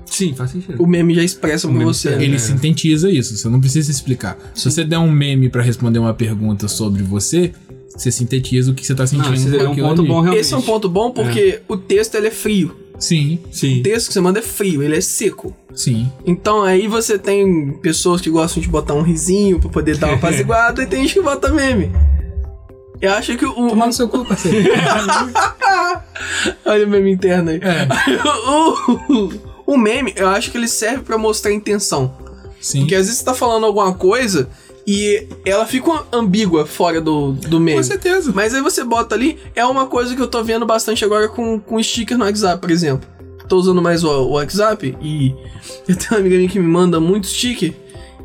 S1: Sim, faz sentido.
S3: O meme já expressa pra
S1: meme
S3: você.
S1: é-
S3: né?
S2: Ele
S1: É.
S2: sintetiza isso, você não precisa explicar. Se você der um meme pra responder uma pergunta sobre você, você sintetiza o que você tá sentindo
S1: Não, esse
S2: com
S1: é um
S2: aquilo
S1: ponto
S2: ali.
S1: bom realmente.
S3: Esse é um ponto bom porque o texto ele é frio.
S2: Sim,
S1: Sim.
S3: O texto que você manda é frio, ele é seco.
S2: sim.
S3: Então aí você tem pessoas que gostam de botar um risinho pra poder dar uma apaziguada e tem gente que bota meme. Eu acho que o. Ah!
S2: Tomar no seu cu, parceiro.
S3: Olha o meme interno aí.
S2: É.
S3: o, o meme, eu acho que ele serve pra mostrar a intenção.
S2: Sim.
S3: Porque às vezes você tá falando alguma coisa e ela fica ambígua fora do, do meme.
S2: Com certeza.
S3: Mas aí você bota ali, é uma coisa que eu tô vendo bastante agora com, com sticker no WhatsApp, por exemplo. Tô usando mais o, o WhatsApp e eu tenho uma amiga minha que me manda muito sticker.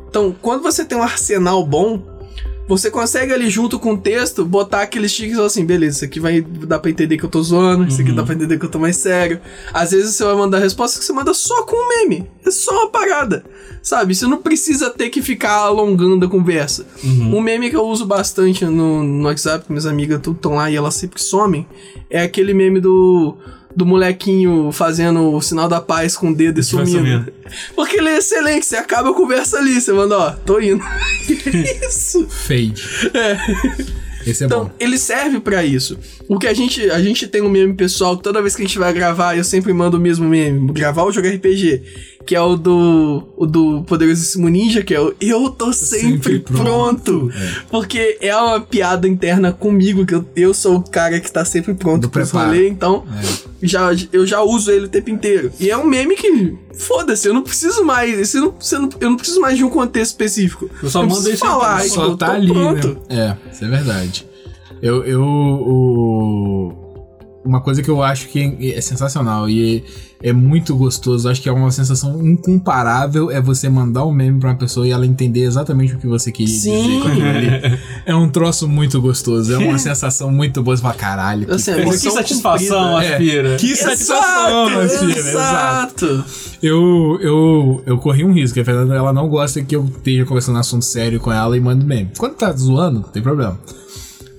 S3: Então, quando você tem um arsenal bom, você consegue ali junto com o texto botar aqueles stickers e falar assim, beleza, isso aqui vai dar pra entender que eu tô zoando, isso
S2: Uhum.
S3: aqui dá pra entender que eu tô mais sério. Às vezes você vai mandar resposta que você manda só com um meme. É só uma parada. Sabe? Você não precisa ter que ficar alongando a conversa.
S1: Uhum. Hum.
S3: Um meme que eu uso bastante no, no WhatsApp, que minhas amigas tudo estão lá e elas sempre somem, é aquele meme do. Do molequinho fazendo o sinal da paz com o dedo e
S1: Que vai
S3: sumindo.
S1: sumindo.
S3: Porque ele é excelente, você acaba a conversa ali, você manda, ó, tô indo. É Isso.
S2: Fade. Esse é
S3: Então,
S2: bom.
S3: ele serve pra isso. O que a gente, a gente tem um meme pessoal, que toda vez que a gente vai gravar, eu sempre mando o mesmo meme, gravar ou jogar RPG, que é o do o do poderosíssimo ninja, que é o eu tô sempre,
S2: sempre
S3: pronto.
S2: pronto. É.
S3: Porque é uma piada interna comigo que eu, eu sou o cara que tá sempre pronto
S2: Do
S3: pro
S2: preparo.
S3: rolê, então
S2: É.
S3: já, eu já uso ele o tempo inteiro. E é um meme que, foda-se, eu não preciso mais. Esse não, você não- eu não preciso mais de um contexto específico.
S1: Eu só mando
S3: preciso
S1: isso aí pra
S3: falar, então
S1: Ai,
S2: Só
S3: eu
S2: tá
S3: tô
S2: ali, é
S3: pronto.
S2: né? É, isso é verdade. Eu. eu o, uma coisa que eu acho que é, é sensacional e é, é muito gostoso. Acho que é uma sensação incomparável é você mandar um meme pra uma pessoa e ela entender exatamente o que você queria dizer
S3: Sim.
S2: com aquilo ali. É um troço muito gostoso, é uma sensação muito boa. Você fala, caralho, que
S3: Assim, é
S1: Mas que
S3: emoção
S1: satisfação,
S3: cumprida.
S2: É.
S1: aspira.
S2: Que satisfação, meu
S3: Exato,
S2: filho, exato.
S3: exato.
S2: Eu, eu, eu corri um risco, que a Fernanda ela não gosta que eu esteja conversando assunto sério com ela e mando meme. Quando tá zoando, não tem problema.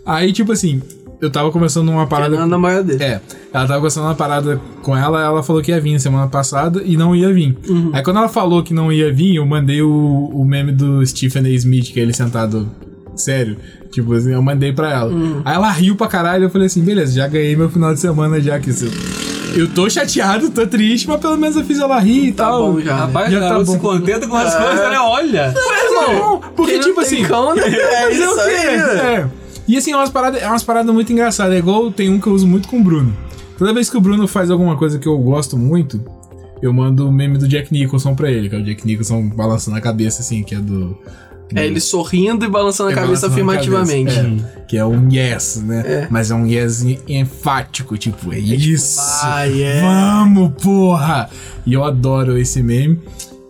S2: Aí, tipo assim, eu tava conversando uma parada.
S3: Na namorada dele.
S2: É, ela tava conversando uma parada com ela, ela falou que ia vir semana passada e não ia vir.
S3: Uhum.
S2: Aí quando ela falou que não ia vir, eu mandei o, o meme do Stephen A. Smith, que é ele sentado sério. Tipo assim, eu mandei pra ela.
S3: Uhum.
S2: Aí ela riu pra caralho, eu falei assim, beleza, já ganhei meu final de semana já que isso. Eu tô chateado, tô triste, mas pelo menos eu fiz ela rir e
S3: Tá
S2: tal.
S3: bom já.
S1: Rapaz,
S2: Já
S1: o
S2: tá
S1: Ah, garoto
S2: bom.
S1: se contenta com as
S3: É.
S1: coisas, né? Olha.
S2: Mas é bom, porque
S3: Quem não
S2: tipo
S3: tem
S2: assim,
S3: cão, né? É
S2: Mas é o
S3: isso
S2: quê?
S3: aí.
S2: É. E assim, é umas paradas, é umas paradas muito engraçadas. É igual tem um que eu uso muito com o Bruno. Toda vez que o Bruno faz alguma coisa que eu gosto muito, eu mando o meme do Jack Nicholson pra ele, que é o Jack Nicholson balançando a cabeça, assim, que é do.
S3: É ele sorrindo e balançando a
S2: que
S3: cabeça
S2: balança na
S3: afirmativamente.
S2: cabeça,
S1: Hum.
S2: é. que é um yes, né?
S3: É.
S2: Mas é um yes en- enfático, tipo, é isso.
S3: vai, é.
S2: Vamos, porra! E eu adoro esse meme.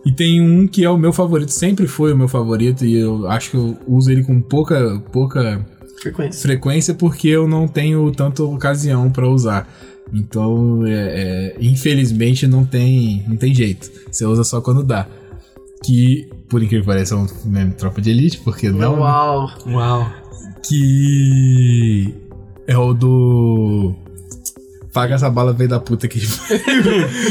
S2: E tem um que é o meu favorito, sempre foi o meu favorito, e eu acho que eu uso ele com pouca, pouca
S3: Frequência.
S2: frequência porque eu não tenho tanta ocasião pra usar. Então, é- é, infelizmente, não tem, não tem jeito. Você usa só quando dá. Que, por incrível que pareça, é um meme de tropa de elite, porque não. né?
S3: Uau.
S1: Uau.
S2: Que é o do. Paga essa bala, veio da puta que.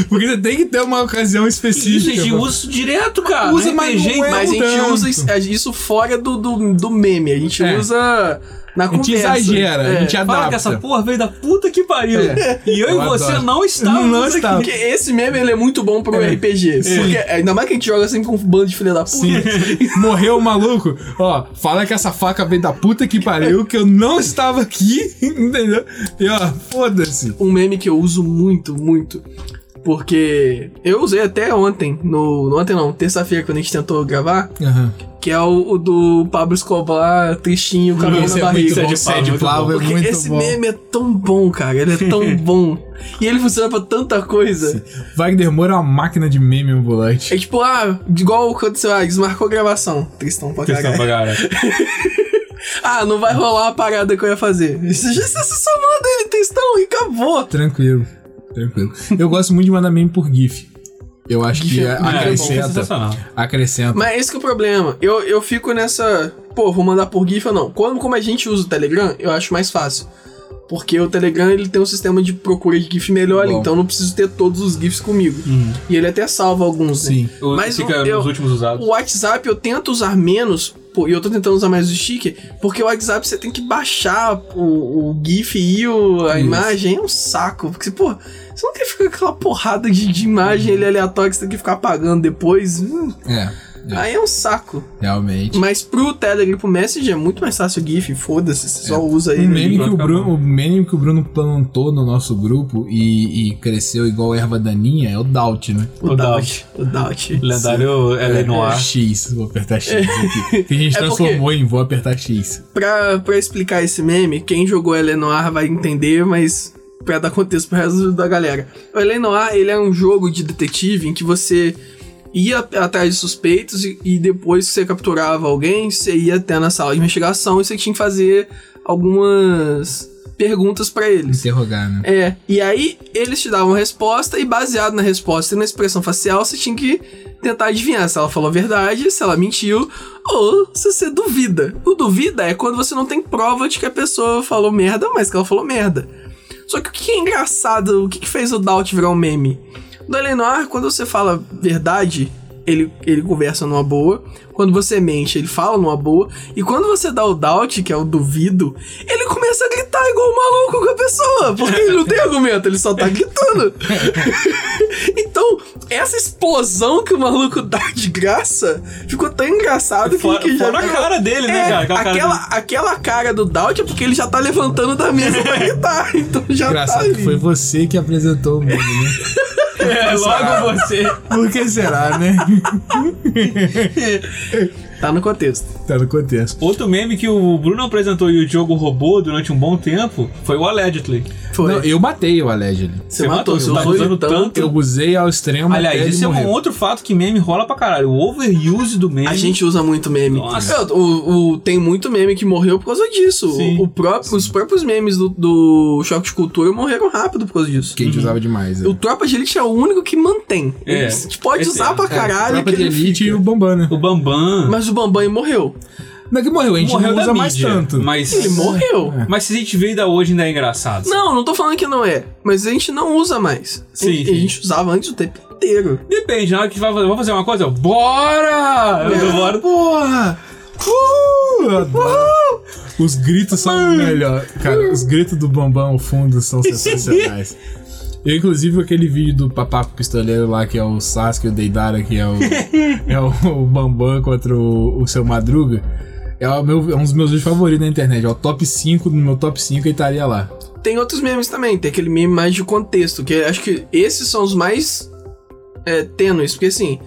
S2: porque você tem que ter uma ocasião
S1: Isso,
S2: específica.
S1: gente,
S2: pra-
S1: uso direto, cara.
S2: Usa,
S1: Não
S2: mas
S1: tem
S2: não
S1: jeito.
S2: é
S3: Mas a gente
S2: tanto.
S3: usa isso- é, isso fora do, do, do meme. A gente
S2: É.
S3: usa na
S2: A gente
S3: conversa.
S2: exagera,
S3: É.
S2: a gente adapta.
S1: Fala que essa porra veio da puta que pariu.
S2: É.
S1: E eu,
S2: Eu
S1: e você
S2: adoro.
S1: não estávamos
S2: Não
S1: aqui.
S2: estava.
S3: Porque esse meme ele é muito bom pro
S2: É.
S3: RPG.
S2: É.
S3: Porque ainda mais que a gente joga sempre com um bando de filha da puta.
S2: Sim. Morreu o maluco. Ó, fala que essa faca veio da puta que pariu, que eu não estava aqui, entendeu? E ó, foda-se.
S3: Um meme que eu uso muito, muito. Porque eu usei até ontem, no, no ontem não, terça-feira, quando a gente tentou gravar,
S2: Aham.
S3: que é o, o do Pablo Escobar, tristinho, com a mão
S2: Esse
S3: na
S2: é muito
S3: barriga.
S2: bom, Sede Plável é
S3: Porque
S2: muito
S3: esse
S2: bom.
S3: meme é tão bom, cara. Ele é tão bom. E ele funciona pra tanta coisa.
S2: Wagner Moura é uma máquina de meme um ambulante.
S3: É tipo, ah, igual quando você ah, desmarcou a gravação. Tristão pra cagar. Ah, não vai rolar a parada que eu ia fazer. Você já- você só manda ele, tristão, e acabou.
S2: Tranquilo, tranquilo. Eu gosto muito de mandar meme por GIF. Eu acho
S3: GIF
S2: que
S3: é
S2: a-
S3: muito
S1: Ah, isso é
S2: acrescenta.
S1: sensacional.
S2: Acrescenta.
S3: Mas esse que é o problema. Eu, eu fico nessa. Pô, vou mandar por GIF ou não. Quando, como a gente usa o Telegram, eu acho mais fácil. Porque o Telegram ele tem um sistema de procura de GIF melhor, ali,
S2: Bom.
S3: então eu não preciso ter todos os GIFs comigo.
S1: Hum.
S3: E ele até salva alguns, né?
S2: Sim.
S1: O-
S3: Mas
S1: fica
S3: o-
S1: nos
S3: eu-
S1: últimos usados.
S3: O WhatsApp eu tento usar menos, pô, e eu tô tentando usar mais o sticker, porque o WhatsApp você tem que baixar o, o GIF e o- a
S2: Isso.
S3: imagem, é um saco. Porque, pô, você não quer ficar com aquela porrada de, de imagem ali aleatória que você tem que ficar apagando depois. hum,
S2: É, É.
S3: Aí é um saco.
S2: realmente.
S3: Mas pro Telegram e pro Messenger é muito mais fácil o GIF, foda-se, você
S1: É.
S3: só
S1: Um
S3: usa
S2: O
S3: ele. ali.
S2: meme,
S1: vai
S2: que o,
S1: ficar
S2: Bruno,
S1: bom.
S2: o meme que o Bruno plantou no nosso grupo e, e cresceu igual erva daninha é o Doubt, né?
S1: O
S3: O Doubt. O Doubt.
S1: Lendário é, L.A. Noir.
S2: X, vou apertar X aqui. Que a gente
S3: É porque-
S2: transformou em vou apertar X.
S3: Pra, pra explicar esse meme, quem jogou Eleanor vai entender, mas pra dar contexto pro resto da galera. O Eleanor, ele é um jogo de detetive em que você ia atrás de suspeitos e, e depois que você capturava alguém, você ia até na sala de investigação e você tinha que fazer algumas perguntas pra eles.
S2: Interrogar, né?
S3: É, e aí eles te davam resposta e baseado na resposta e na expressão facial, você tinha que tentar adivinhar se ela falou a verdade, se ela mentiu, ou se você duvida. O duvida é quando você não tem prova de que a pessoa falou merda, mas que ela falou merda. Só que o que é engraçado, o que, que fez o Doubt virar um meme? Do Eleanor, quando você fala verdade, ele, ele conversa numa boa. Quando você mente, ele fala numa boa. E quando você dá o doubt, que é o duvido, ele começa a gritar igual um maluco com a pessoa. Porque ele não tem argumento, ele só tá gritando. então, essa explosão que o maluco dá de graça ficou tão engraçado
S1: Fora,
S3: que, que
S1: fora a cara dele, né,
S3: é,
S1: cara? Aquela cara
S3: aquela, aquela cara do Doubt é porque ele já tá levantando da mesa
S1: É.
S3: pra gritar. Então já tá
S2: Engraçado
S3: ali.
S2: que foi você que apresentou o meme, né?
S1: dele. É, logo você.
S2: Por que será, né?
S3: Tá no contexto.
S2: Tá no contexto.
S1: Outro meme que o Bruno apresentou e o Diogo roubou durante um bom tempo foi o Allegedly.
S3: Foi.
S2: Não, eu matei o Allegedly.
S3: você matou, você
S1: tá
S3: usou então,
S1: usando
S3: ele tanto.
S1: tanto.
S2: Eu usei ao extremo. até
S1: Aliás,
S2: ele
S1: esse é
S2: morrer.
S1: um outro fato que meme rola pra caralho. O overuse do meme.
S3: A gente usa muito meme.
S1: Nossa.
S3: Eu- o, o- tem muito meme que morreu por causa disso.
S1: Sim.
S3: O, o próprio- os próprios memes do, do Choque de Cultura morreram rápido por causa disso.
S2: que a gente usava demais. né?
S3: O Tropa de Elite é o único que mantém.
S1: É.
S3: A gente pode
S1: Esse
S3: usar
S1: é.
S3: pra caralho.
S2: Tropa
S3: que
S2: de
S3: ele-
S2: Elite e o Bombana.
S1: O Bambam
S3: Mas o Bambanho morreu.
S2: Não é que morreu, a gente
S1: morreu
S2: não usa
S1: da
S2: mais
S1: mídia,
S2: tanto.
S1: Mas,
S3: Ele morreu.
S1: mas se a gente vê ainda hoje, ainda é engraçado.
S3: Não, não tô falando que não é. Mas a gente não usa mais. A
S1: Sim,
S3: gente- A,
S1: sim.
S3: gente usava antes o tempo inteiro.
S1: Depende, na hora que vai fazer, vamos fazer uma coisa, eu, bora! Eu bora.
S2: Porra! Uh, eu adoro. Os gritos são o melhor. Cara, os gritos do Bambam ao fundo são sensacionais. Eu, inclusive, aquele vídeo do Papaco Pistoleiro lá, que é o Sasuke, o Deidara, que é o, é o, o Bambam contra o, o seu Madruga. É, o meu, é um dos meus vídeos favoritos na internet. É o top 5, no meu top 5 ele estaria lá.
S3: Tem outros memes também. Tem aquele meme mais de contexto. Que acho que esses são os mais é, tênues. Porque assim,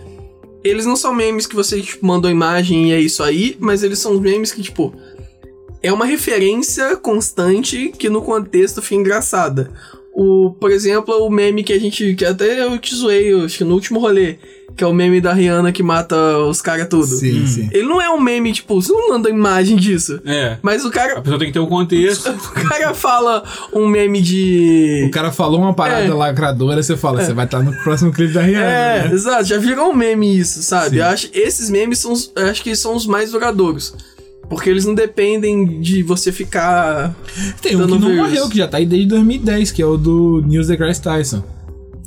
S3: eles não são memes que você tipo, mandou imagem e é isso aí. Mas eles são os memes que, tipo, é uma referência constante que no contexto fica engraçada. O, por exemplo, o meme que a gente. que até eu te zoei, eu acho que no último rolê. Que é o meme da Rihanna que mata os caras tudo.
S2: Sim, sim.
S3: Ele não é um meme, tipo, você não manda imagem disso.
S1: É.
S3: Mas o
S1: A
S3: cara.
S1: pessoa tem que ter o contexto.
S3: O cara fala um meme
S2: O
S3: de.
S2: cara falou uma parada
S3: É.
S2: lacradora, você fala, você vai estar no próximo clipe da Rihanna.
S3: É,
S2: né?
S3: exato, já virou um meme isso, sabe?
S2: Sim.
S3: Eu acho, esses memes são os, eu acho que são os mais duradouros. Porque eles não dependem de você ficar.
S2: Tem um
S3: Dando
S2: que não
S3: views.
S2: morreu, que já tá aí desde 2010, que é o do Neil deGrasse Tyson.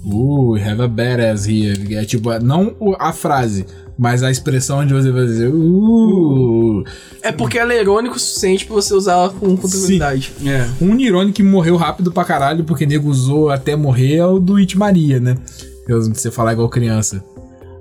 S2: Uh, have a badass here. É tipo, não o- a frase, mas a expressão onde você vai dizer, uh.
S3: É porque ela é irônica o suficiente pra você usar ela com continuidade.
S1: É.
S2: Um nirônico que morreu rápido pra caralho, porque nego usou até morrer, é o do It Maria, né? Eu- Você falar igual criança.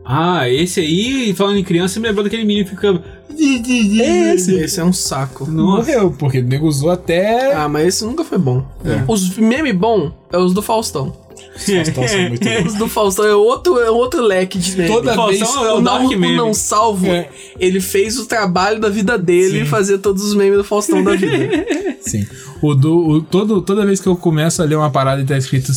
S1: Ah, esse aí, falando em criança, me lembrou daquele menino que fica.
S2: É
S3: Esse é um saco.
S1: Nossa.
S2: Morreu, porque nego usou até.
S3: Ah, mas esse nunca foi bom.
S2: É.
S3: Os meme bom é os do Faustão.
S2: Nossa, é muito bom.
S3: Os do Faustão é outro, é outro leque de meme.
S2: Toda
S1: Faustão
S2: vez.
S1: é o
S3: o não,
S1: Dark
S3: o
S1: Meme.
S3: não salvo,
S2: É.
S3: ele fez o trabalho da vida dele
S2: Sim.
S3: e fazer todos os memes do Faustão da vida.
S2: Sim. O do, o- todo, toda vez que eu começo a ler uma parada e tá escrito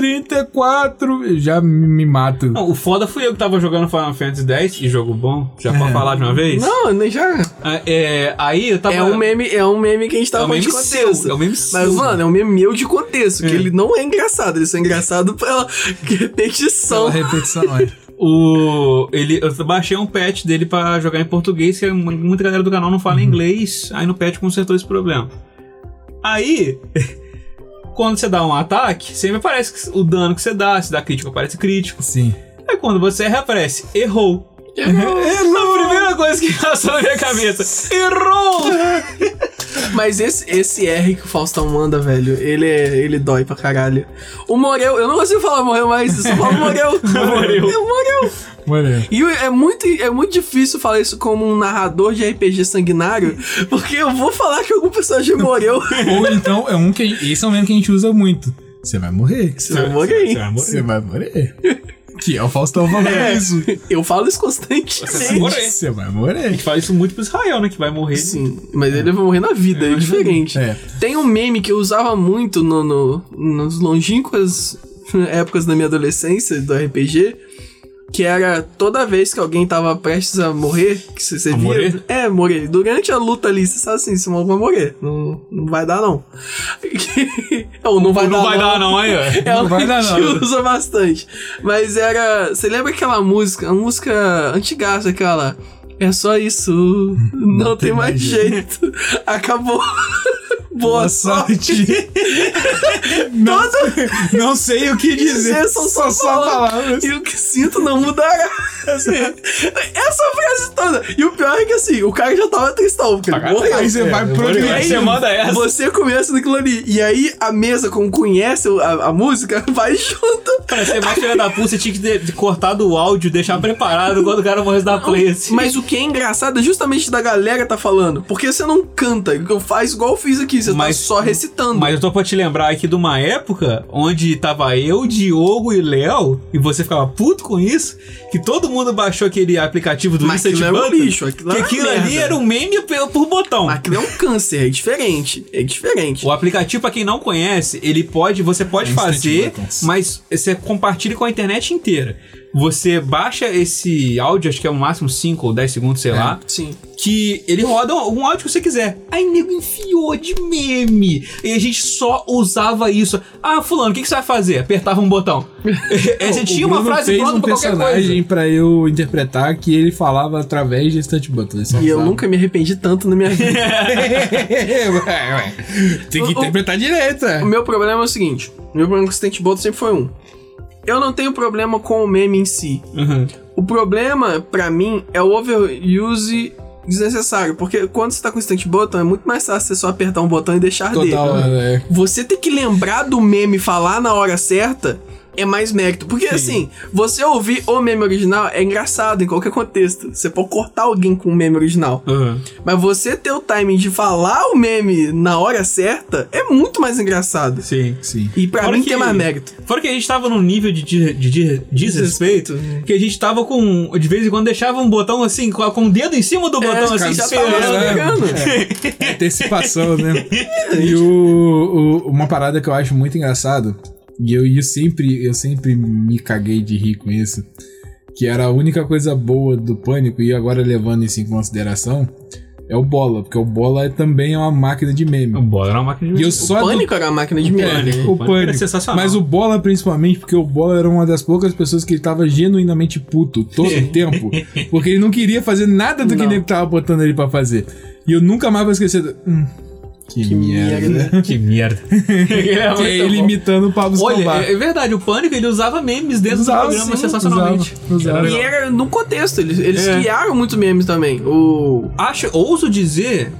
S2: 734, eu já me me mato.
S1: Não, o foda fui eu que tava jogando Final Fantasy X e jogo bom. Já pode falar de uma vez?
S3: É. não, né, já.
S1: Ah, é, aí eu tava.
S3: É um meme, é um meme que a gente
S1: É
S3: tava
S1: um
S3: falando de
S1: meme seu.
S3: contexto.
S1: É um meme
S3: Mas,
S1: seu.
S3: mano, é um meme meu de contexto,
S1: É.
S3: que ele não é engraçado, ele só é engraçado pela
S2: Pela
S3: repetição.
S2: repetição, é.
S1: O, ele, eu baixei um patch dele pra jogar em português, que é mu- muita galera do canal não fala inglês, aí no patch consertou esse problema. Aí, quando você dá um ataque, sempre aparece que- o dano que você dá, se dá crítico, aparece crítico.
S2: Sim.
S1: Aí quando você erra, aparece, errou. é A primeira coisa que passou na minha cabeça, errou!
S3: Mas esse, esse R que o Faustão manda, velho, ele, é- ele dói pra caralho. O Morel, eu não consigo falar Morel mais, eu só falo Morel.
S1: Morel.
S3: É o Morel.
S2: Olha.
S3: E eu- é muito, é muito difícil falar isso como um narrador de RPG sanguinário, porque eu vou falar que algum personagem morreu.
S2: Ou então é um que. Esse é um meme que a gente usa muito. Você vai morrer.
S3: Você vai morrer.
S1: vai morrer.
S2: Você vai morrer. Que é o Faustão falando
S3: É.
S2: isso.
S3: Eu falo isso constantemente.
S1: Você vai morrer.
S2: Você vai
S1: A
S2: morrer.
S1: gente fala isso muito pro Israel, né? Que vai morrer.
S3: Sim, mas ele vai morrer na vida, é, diferente.
S2: É.
S3: Tem um meme que eu usava muito no, no- nos longínquas épocas da minha adolescência do RPG, que era toda vez que alguém tava prestes a morrer, que você, você via.
S1: morrer?
S3: É, morrer. Durante a luta ali, você sabe assim, esse maluco vai morrer. Não, não vai dar, não. Ou não vai
S1: não
S3: dar,
S1: vai
S3: não.
S1: dar, não, aí, ó.
S3: É
S2: Não
S3: algo que
S2: vai
S3: a
S2: dar,
S3: gente
S2: não.
S3: usa bastante. Mas era. Você lembra aquela música? A música antigaça, aquela. É só isso. Não, tem, mais jeito. Acabou. Boa sorte.
S2: não,
S3: Todo
S2: não sei o que dizer.
S3: São só palavras. E o que sinto não mudará. Assim, Essa frase toda. E o pior é que assim, o cara já tava tristão, porque ele
S1: caralho.
S3: morreu.
S2: Tá, Aí você
S1: É,
S2: vai
S1: eu
S2: pro
S1: vou ligar.
S2: meio.
S1: Aí você manda essa.
S3: Você começa naquilo ali. E aí a mesa, como conhece a, a música, vai junto.
S1: Cara, você é mais filha da puta, você tinha que ter ter cortado o áudio, deixar preparado quando o cara morresse da play, assim.
S3: Mas o que é engraçado é justamente da galera tá falando. Porque você não canta, eu faz igual eu fiz aqui, você
S1: Mas-
S3: tá só recitando.
S1: Mas eu tô pra te lembrar aqui de uma época onde tava eu, Diogo e Léo, e você ficava puto com isso, que todo mundo mundo baixou aquele aplicativo do
S3: Mas
S1: Instant
S3: aquilo era um
S1: Button,
S3: lixo,
S1: que
S3: aquilo era uma
S1: aquilo ali
S3: merda.
S1: era um meme por, por botão.
S3: Mas aquilo é um câncer, é diferente. É diferente.
S1: O aplicativo, pra quem não conhece, ele pode, você pode
S2: É instant
S1: fazer,
S2: buttons.
S1: mas você compartilha com a internet inteira. Você baixa esse áudio, acho que é no máximo 5 ou 10 segundos,
S2: É.
S1: sei lá,
S3: Sim.
S1: que ele roda um áudio que você quiser. Aí nego enfiou de meme. E a gente só usava isso. Ah, fulano, o que, que você vai fazer? Apertava um botão. Aí É, você
S2: O
S1: tinha uma
S2: Bruno
S1: frase
S2: fez
S1: pronta
S2: um
S1: pra qualquer
S2: personagem
S1: coisa.
S2: pra eu interpretar que ele falava através de Instant Button. ele só
S3: E eu
S2: usava.
S3: nunca me arrependi tanto na minha vida.
S2: Ué, ué. Tem que
S3: O- o-
S2: interpretar direito.
S3: O meu problema é o seguinte: o meu problema com o Stent Bolt sempre foi um. Eu não tenho problema com o meme em si.
S1: Uhum.
S3: O problema, pra mim, é o overuse desnecessário. Porque quando você tá com o Stent Button, é muito mais fácil você só apertar um botão e deixar arder.
S2: Total, é.
S3: Você ter que lembrar do meme e falar na hora certa é mais mérito. Porque assim, você ouvir o meme original é engraçado em qualquer contexto. Você pode cortar alguém com o meme original.
S1: Uhum.
S3: Mas você ter o timing de falar o meme na hora certa é muito mais engraçado.
S1: Sim.
S2: Sim.
S3: E pra
S1: Fora
S3: mim
S1: que-
S3: tem mais mérito.
S1: Fora que a gente tava num nível de, de, de- de desrespeito,
S3: Desrespeito.
S1: que a gente tava com. De vez em quando deixava um botão assim, com, com o dedo em cima do botão, assim,
S3: cara, já tava
S1: esperando.
S3: lá, né? brincando.
S2: É, antecipação, né? E o, o- uma parada que eu acho muito engraçado, e eu, e eu sempre eu sempre me caguei de rir com isso, que era a única coisa boa do pânico, e agora levando isso em consideração, é o bola, porque o bola é também é uma máquina de meme.
S1: Bora na máquina
S2: E eu
S3: O
S2: só dou-
S3: pânico era a máquina de né?
S2: É,
S3: meme.
S1: Pânico.
S2: o
S1: Pânico
S2: pânico.
S1: era sensacional.
S2: Mas o Bola, principalmente, porque o Bola era uma das poucas pessoas que ele tava genuinamente puto todo o tempo. Porque ele não queria fazer nada do que
S3: Não.
S2: o nego tava botando ele pra fazer. E eu nunca mais vou esquecer. do- Hum, que, né?
S3: Que
S2: merda.
S3: merda.
S1: Que merda. Ele era muito
S2: Que é ele
S1: bom.
S2: imitando o Pablo
S1: Olha,
S2: Escobar.
S1: é, é verdade, o Pânico ele usava memes dentro
S2: Usava,
S1: do programa
S2: sim,
S1: sensacionalmente.
S2: usava, usava.
S1: Era
S3: E
S1: legal.
S3: era no contexto, eles, eles
S1: É.
S3: criaram muito memes também. O.
S1: Acho, ouso dizer.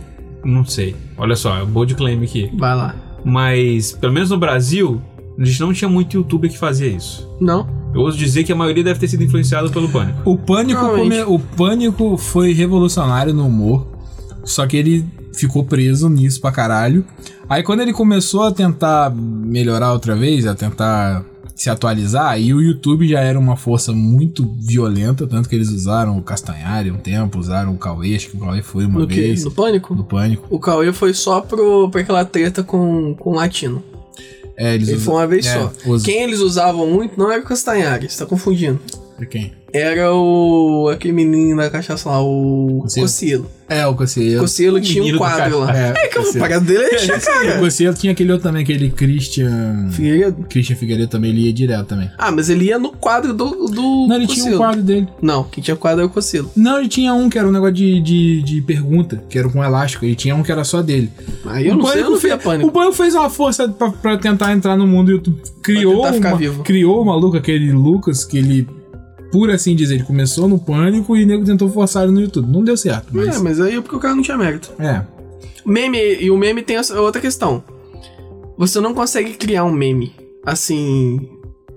S1: Não sei. Olha só, eu vou de claim aqui.
S3: Vai lá.
S1: Mas, pelo menos no Brasil, a gente não tinha muito youtuber que fazia isso.
S3: Não?
S1: Eu ouso dizer que a maioria deve ter sido influenciada pelo Pânico.
S2: O pânico,
S3: Provavelmente.
S2: come- o pânico foi revolucionário no humor, só que ele ficou preso nisso pra caralho. Aí quando ele começou a tentar melhorar outra vez, a tentar se atualizar, e o YouTube já era uma força muito violenta, tanto que eles usaram o Castanhari um tempo, usaram o Cauê, acho que o Cauê foi uma
S3: No que?
S2: vez,
S3: No pânico?
S2: no Pânico.
S3: O Cauê foi só pro, pra aquela treta com, com o latino.
S2: É, eles
S3: Ele foi uma vez
S2: é,
S3: só.
S2: os-
S3: Quem eles usavam muito não era o Castanhari, você tá confundindo.
S2: De é quem?
S3: Era o. aquele menino da cachaça lá, o.
S2: Cocielo?
S3: Cocielo.
S2: É, o Conselheiro.
S3: Cocielo tinha um
S1: menino da
S3: quadro lá.
S2: cachaça. É,
S3: É, que o
S2: Cocielo.
S3: parado dele é tinha,
S2: O
S3: cara.
S2: Conselheiro tinha aquele outro também, aquele Christian...
S3: Figueiredo.
S2: Christian Figueiredo também, ele ia direto também.
S3: Ah, mas ele ia no quadro do. do
S2: Não, ele tinha um
S3: Cocielo.
S2: quadro dele.
S3: Não, quem tinha quadro era o Cocielo.
S2: Não, ele tinha um que era um negócio de, de, de pergunta, que era com elástico. Ele tinha um que era só dele.
S3: Aí
S2: Um
S3: eu não sei, eu não vi a
S2: fez,
S3: pânico.
S2: O Pânico fez uma força pra, pra tentar entrar no mundo do YouTube. Criou,
S3: tentar ficar
S2: uma,
S3: vivo.
S2: criou o maluco, aquele Lucas, que ele, por assim dizer, ele começou no Pânico e o nego tentou forçar ele no YouTube. Não deu certo,
S3: É,
S2: mas...
S3: mas aí é porque o cara não tinha mérito.
S2: É.
S3: Meme, e o meme tem essa outra questão. Você não consegue criar um meme, assim,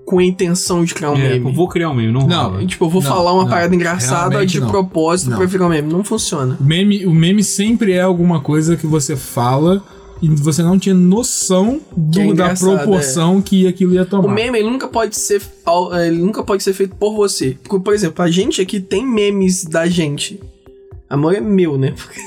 S3: com a intenção de criar um
S1: É,
S3: meme.
S1: vou criar um meme, não.
S2: Não,
S1: rola.
S3: E, Tipo, eu vou
S2: Não,
S3: falar uma
S2: não,
S3: parada engraçada
S2: realmente
S3: de
S2: não.
S3: propósito
S2: Não.
S3: pra virar um meme. Não funciona.
S2: O meme, o meme sempre é alguma coisa que você fala e você não tinha noção do-
S3: Que é
S2: da
S3: engraçado,
S2: proporção que aquilo ia
S3: O
S2: tomar.
S3: meme, ele nunca pode ser. ao- Ele nunca pode ser feito por você. Porque, por exemplo, a gente aqui tem memes da gente. Amor é meu, né? Porque,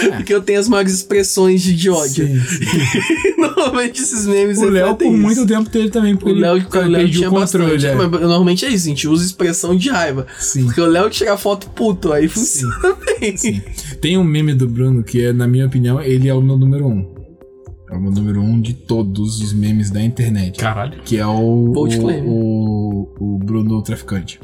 S2: É.
S3: Porque eu tenho as maiores expressões de, de é ódio.
S2: Sim, sim.
S3: Normalmente esses memes
S2: O Léo por
S3: refletem é, isso.
S2: muito tempo teve também, porque
S3: O
S2: ele,
S3: Léo, o
S2: ele
S3: Léo
S2: perdeu
S3: tinha
S2: o controle.
S3: bastante.
S2: é.
S3: Mas normalmente é isso, a gente usa expressão de raiva.
S2: Sim.
S3: Porque o Léo tira foto puto, aí funciona bem.
S2: Tem um meme do Bruno que, é, na minha opinião, ele é o meu número um. É o meu número um de todos os memes da internet.
S1: Caralho.
S2: Que é o.
S3: Bold claim.
S2: o, o, o Bruno Traficante.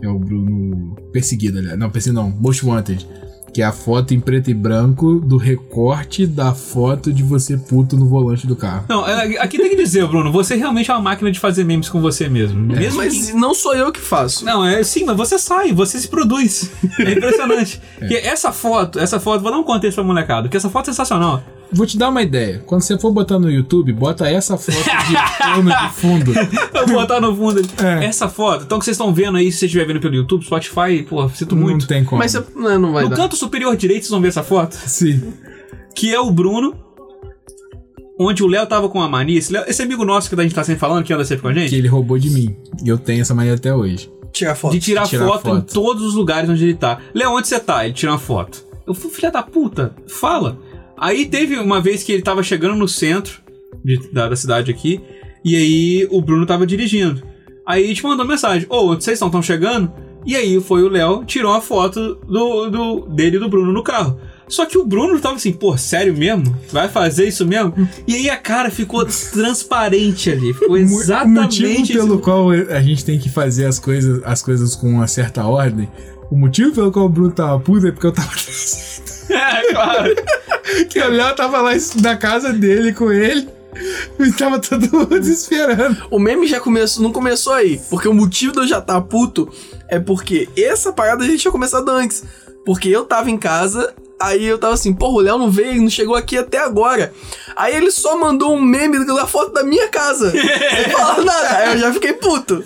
S2: É o Bruno Perseguido, aliás. Não, perseguido não. Most Wanted. Que é a foto em preto e branco do recorte da foto de você puto no volante do carro.
S1: Não, é, aqui tem que dizer, Bruno, você realmente é uma máquina de fazer memes com você mesmo. Mesmo que-
S3: Mas não sou eu que faço.
S1: Não, é sim, mas você sai, você se produz. É impressionante. Porque essa foto, essa foto, vou dar um contexto pra molecada, porque essa foto é sensacional.
S2: Vou te dar uma ideia. Quando você for botar no YouTube, bota essa foto de plano de fundo.
S1: Eu vou botar no fundo ali.
S2: É.
S1: Essa foto, então que vocês estão vendo aí, se vocês estiver vendo pelo YouTube, Spotify, porra, sinto
S2: Não
S1: muito.
S2: tem como.
S3: Mas você né, não, não vai
S1: No
S3: dar.
S1: canto superior direito, vocês vão ver essa foto,
S2: Sim.
S1: que é o Bruno. Onde o Léo tava com a mania, esse, Léo- esse amigo nosso que a gente tá sempre falando, que anda sempre com a gente,
S2: que ele roubou de mim. E eu tenho essa mania até hoje.
S3: Tirar foto.
S1: de tirar,
S2: Tirar
S1: foto, em
S2: foto.
S1: todos os lugares onde ele tá. Léo, onde você tá? Ele tira uma foto. Eu fui filha da puta, fala. Aí teve uma vez que ele tava chegando no centro de- da, da cidade aqui, e aí o Bruno tava dirigindo. Aí te mandou mensagem, ô, onde vocês estão? Estão chegando? E aí foi o Léo, tirou uma foto do, do, dele e do Bruno no carro. Só que o Bruno tava assim, pô, sério mesmo? Vai fazer isso mesmo? E aí a cara ficou transparente ali. Ficou
S2: Mu-
S1: exatamente.
S2: O motivo pelo qual a gente tem que fazer as coisas, as coisas com uma certa ordem. O motivo pelo qual o Bruno tava puto é porque eu tava.
S1: É, claro.
S2: que o Léo tava lá na casa dele com ele. E tava todo mundo esperando.
S3: O meme já começou, não começou aí. Porque o motivo de eu já estar puto é porque essa parada a gente tinha começado antes. Porque eu tava em casa, aí eu tava assim, porra, o Léo não veio, não chegou aqui até agora. Aí ele só mandou um meme da foto da minha casa. Sem falar nada. Aí eu já fiquei puto.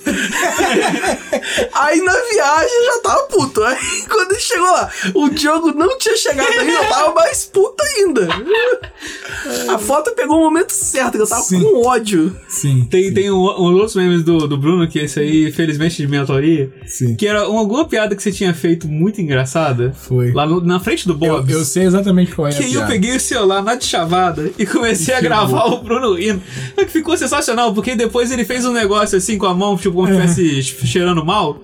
S3: aí na viagem eu já tava puto. Aí quando ele chegou lá, o Diogo não tinha chegado ainda, eu tava mais puto ainda. A foto pegou o momento certo, que eu tava
S2: Sim.
S3: com ódio.
S2: Sim.
S1: Tem,
S2: sim,
S1: tem um, um outros memes do, do Bruno, que esse aí, felizmente, de minha autoria.
S2: Sim.
S1: Que era uma, alguma piada que você tinha feito muito engraçada.
S2: Foi.
S1: Lá no- na frente do
S2: Eu,
S1: Bob.
S2: eu sei exatamente qual é
S1: Que
S2: a
S1: aí eu
S2: piada.
S1: peguei o celular na de chavada e comecei a gravar o Bruno rindo. É que Ficou sensacional, porque depois ele fez um negócio assim com a mão, tipo, como se
S2: É.
S1: estivesse cheirando mal.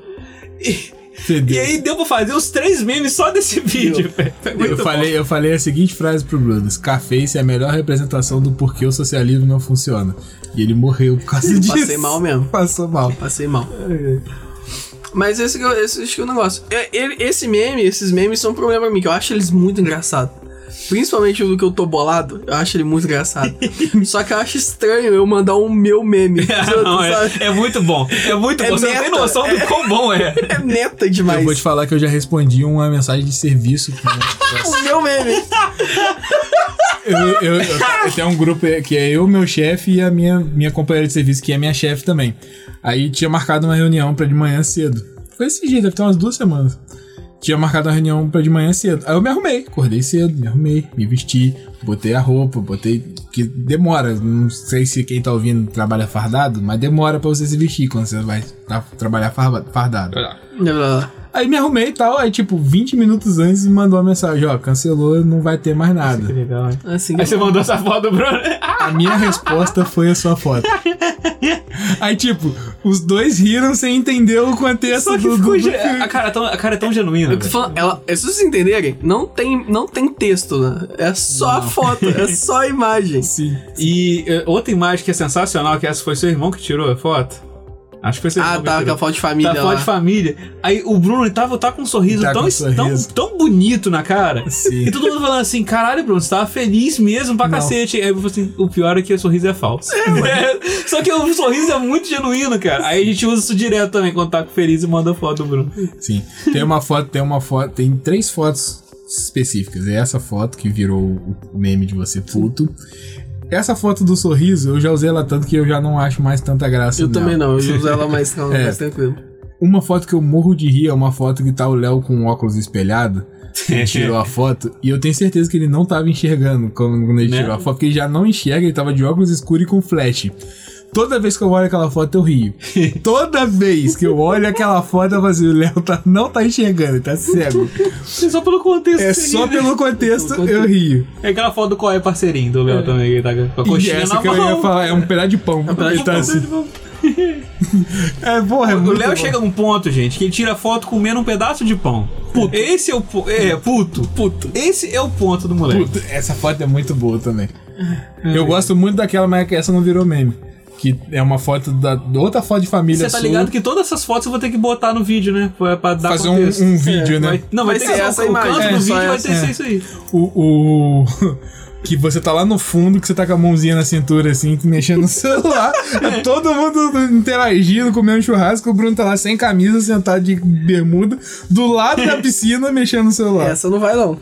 S1: E,
S2: Fedeu.
S1: e aí deu pra fazer os três memes só desse vídeo, velho. Foi muito
S2: Eu
S1: bom.
S2: falei, eu falei a seguinte frase pro Bruno: Scarface é a melhor representação do porquê o socialismo não funciona. E ele morreu por causa disso.
S3: Passei mal mesmo.
S2: Passou mal.
S3: Passei mal. Mas esse, que eu- esse, esse que é o negócio. É, ele- Esse meme, esses memes são um problema pra mim, que eu acho eles muito engraçados. Principalmente o do que eu tô bolado, eu acho ele muito engraçado. Só que eu acho estranho eu mandar um meu meme. pros outros,
S1: Não, é,
S3: sabe?
S1: é muito bom. É muito
S3: É
S1: bom. Você não tem
S3: meta.
S1: noção do quão bom é.
S3: é
S2: Eu
S3: meta
S2: vou te
S3: demais.
S2: falar que eu já respondi uma mensagem de serviço. que-
S3: O É um meu meme.
S2: eu, eu, eu, eu tenho um grupo que é eu, meu chefe e a minha, minha companheira de serviço, que é minha chefe também. Aí tinha marcado uma reunião pra de manhã cedo. Foi esse dia, deve ter umas duas semanas. Tinha marcado uma reunião pra de manhã cedo. Aí eu me arrumei, acordei cedo, me arrumei, me vesti, botei a roupa, botei. Que demora, não sei se quem tá ouvindo trabalha fardado, mas demora pra você se vestir quando você vai tra- trabalhar farba- fardado. Aí me arrumei e tal, aí tipo 20 minutos antes me mandou uma mensagem: ó, cancelou, não vai ter mais nada.
S1: legal, hein?
S3: Assim,
S1: Aí você mandou essa foto do Bruno.
S2: A minha resposta foi a sua foto. Aí, tipo, os dois riram sem entender o contexto
S1: Só que
S2: do,
S1: ficou.
S2: do, do
S1: ge-
S2: filme.
S1: A cara, é tão, a cara é tão genuína.
S3: Eu tô
S1: velho.
S3: falando, ela, se vocês entenderem, não tem, não tem texto, né? É só a foto, é só a imagem.
S2: Sim.
S1: E eh, outra imagem que é sensacional, que essa foi seu irmão que tirou a foto. Acho que foi seu
S3: Ah,
S1: irmão. que
S3: tá,
S1: tirou.
S3: aquela foto de família
S1: Tá,
S3: lá.
S1: foto de família. Aí o Bruno ele tava tá com um sorriso,
S2: Tá
S1: tão,
S2: com um
S1: es- tão-
S2: sorriso.
S1: Tão, bonito na cara.
S2: Sim.
S1: E todo mundo falando assim: caralho, Bruno, você tava feliz mesmo pra
S2: Não.
S1: cacete. Aí eu falei assim: o pior é que o sorriso é falso. É, só que o sorriso é muito genuíno, cara. Aí a gente usa isso direto também quando tá feliz e manda foto do Bruno.
S2: Sim. Tem uma foto, tem uma foto, tem três fotos específicas. É essa foto que virou o meme de você puto. Essa foto do sorriso, eu já usei ela tanto que eu já não acho mais tanta graça.
S3: Eu
S2: nela.
S3: também não, eu uso ela mais calma,
S2: É.
S3: mais tranquilo.
S2: Uma foto que eu morro de rir é uma foto que tá o Léo com óculos espelhado. Ele tirou a foto e eu tenho certeza que ele não tava enxergando quando quando ele
S1: Né?
S2: tirou a foto, porque ele já não enxerga, ele tava de óculos escuro e com flash. Toda vez que eu olho aquela foto, eu rio. Toda vez que eu olho aquela foto, eu falo assim, o Léo tá- não tá enxergando, ele tá cego.
S1: É só pelo contexto.
S2: É
S1: que você
S2: só
S1: ri, né?
S2: pelo contexto, eu rio.
S1: É aquela foto do qual é parceirinho do Léo também, que ele tá com a
S2: E
S1: coxinha
S2: essa
S1: na
S2: que eu ia
S1: mão.
S2: falar, é um pedaço de pão. É,
S3: um
S1: Tá
S3: pedaço de pão.
S1: assim.
S2: é porra, é
S1: Então, O
S2: muito bom.
S1: Léo chega a um ponto, gente, que ele tira foto comendo um pedaço de pão. Puto. Esse é o po- é, puto, puto. Esse é o ponto do moleque.
S2: Puta, essa foto é muito boa também. Eu gosto muito daquela, mas essa não virou meme. Que é uma foto da outra foto de família
S1: Você tá
S2: sua.
S1: ligado que todas essas fotos eu vou ter que botar no vídeo, né? Pra, pra dar
S2: fazer
S1: contexto. É,
S2: um, um vídeo, né?
S1: Vai- não, vai,
S3: Vai
S1: ter
S3: ser
S1: que-
S3: essa
S1: o,
S3: imagem,
S1: canto
S3: é,
S1: do
S3: só
S1: vídeo vai
S3: essa,
S1: ter que ser isso aí.
S2: O, o- que você tá lá no fundo, que você tá com a mãozinha na cintura, assim, mexendo no celular. tá todo mundo interagindo, comendo churrasco. O Bruno tá lá sem camisa, sentado de bermuda, do lado da piscina, mexendo no celular.
S3: Essa não vai, não.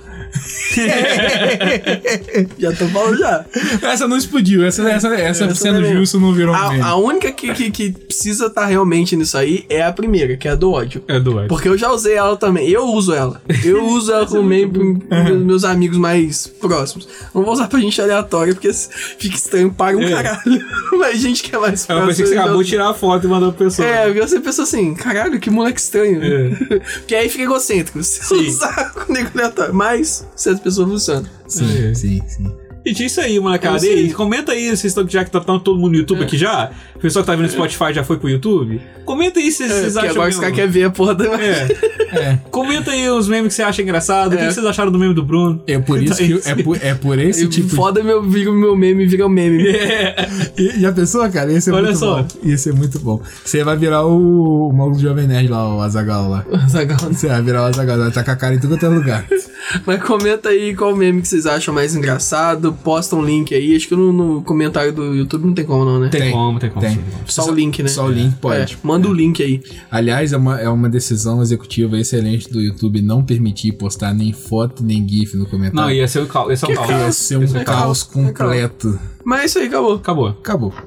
S3: Já tô falando já.
S2: Essa não explodiu, essa, essa, essa,
S3: Essa
S2: sendo
S3: também.
S2: justo, não virou um meme.
S3: A, a única que, que, que precisa estar realmente nisso aí é a primeira, que é a do ódio.
S2: É do ódio.
S3: Porque eu já usei ela também. Eu uso ela. Eu uso ela com meio pros meus amigos mais próximos. Não vou usar pra gente aleatória, porque fica estranho para um
S1: É.
S3: caralho. Mas gente que é mais próximo.
S1: Eu pensei que você
S3: já
S1: acabou
S3: usa.
S1: de tirar a foto e mandou pra pessoa.
S3: É, porque você pensa assim, caralho, que moleque estranho.
S1: É.
S3: Porque aí fica egocêntrico. Se
S1: Sim.
S3: usar o nego aleatório. Mas, se as pessoas funcionam.
S2: Sim, sim, sim.
S1: Gente, é isso aí, molecada.
S3: É isso aí. É.
S1: E comenta aí, vocês estão já que tá tá todo mundo no YouTube aqui já. O pessoal que tá vendo no Spotify já foi pro YouTube. Comenta aí se
S3: É,
S1: vocês
S3: porque
S1: acham.
S3: agora os
S1: mesmo.
S3: caras querem ver a porra da.
S1: É.
S2: É.
S1: Comenta aí os memes que você acha engraçado. O que
S3: É.
S1: que vocês acharam do meme do Bruno?
S2: É por isso que eu- é por, é por esse tipo de.
S3: Foda meu, vira o meu meme, vira o meme.
S2: E- Já pensou, cara? Ia ser
S1: Olha
S2: muito
S1: só.
S2: bom. Ia ser muito bom. Você vai virar o, o maluco do Jovem Nerd lá, o Azagal lá.
S3: Zagal,
S2: Você vai virar o Azagal, vai tacar a cara em tudo quanto é lugar.
S3: Mas comenta aí qual meme que vocês acham mais engraçado. Posta um link aí. Acho que no, no comentário do YouTube não tem como, não, né?
S1: Tem como, tem como.
S2: Tem.
S1: sim, tem como.
S3: Só o link, né?
S2: Só o link, pode.
S3: É, manda o link aí.
S2: Aliás, é uma, é uma decisão executiva excelente do YouTube não permitir postar nem foto nem GIF no comentário.
S1: Não, ia ser o caos. Ia ser um
S3: Que
S1: caos.
S3: caos?
S2: Ia ser um
S3: É
S2: caos
S3: caos, é caos.
S2: completo.
S3: Mas é isso aí, acabou.
S1: Acabou.
S2: Acabou.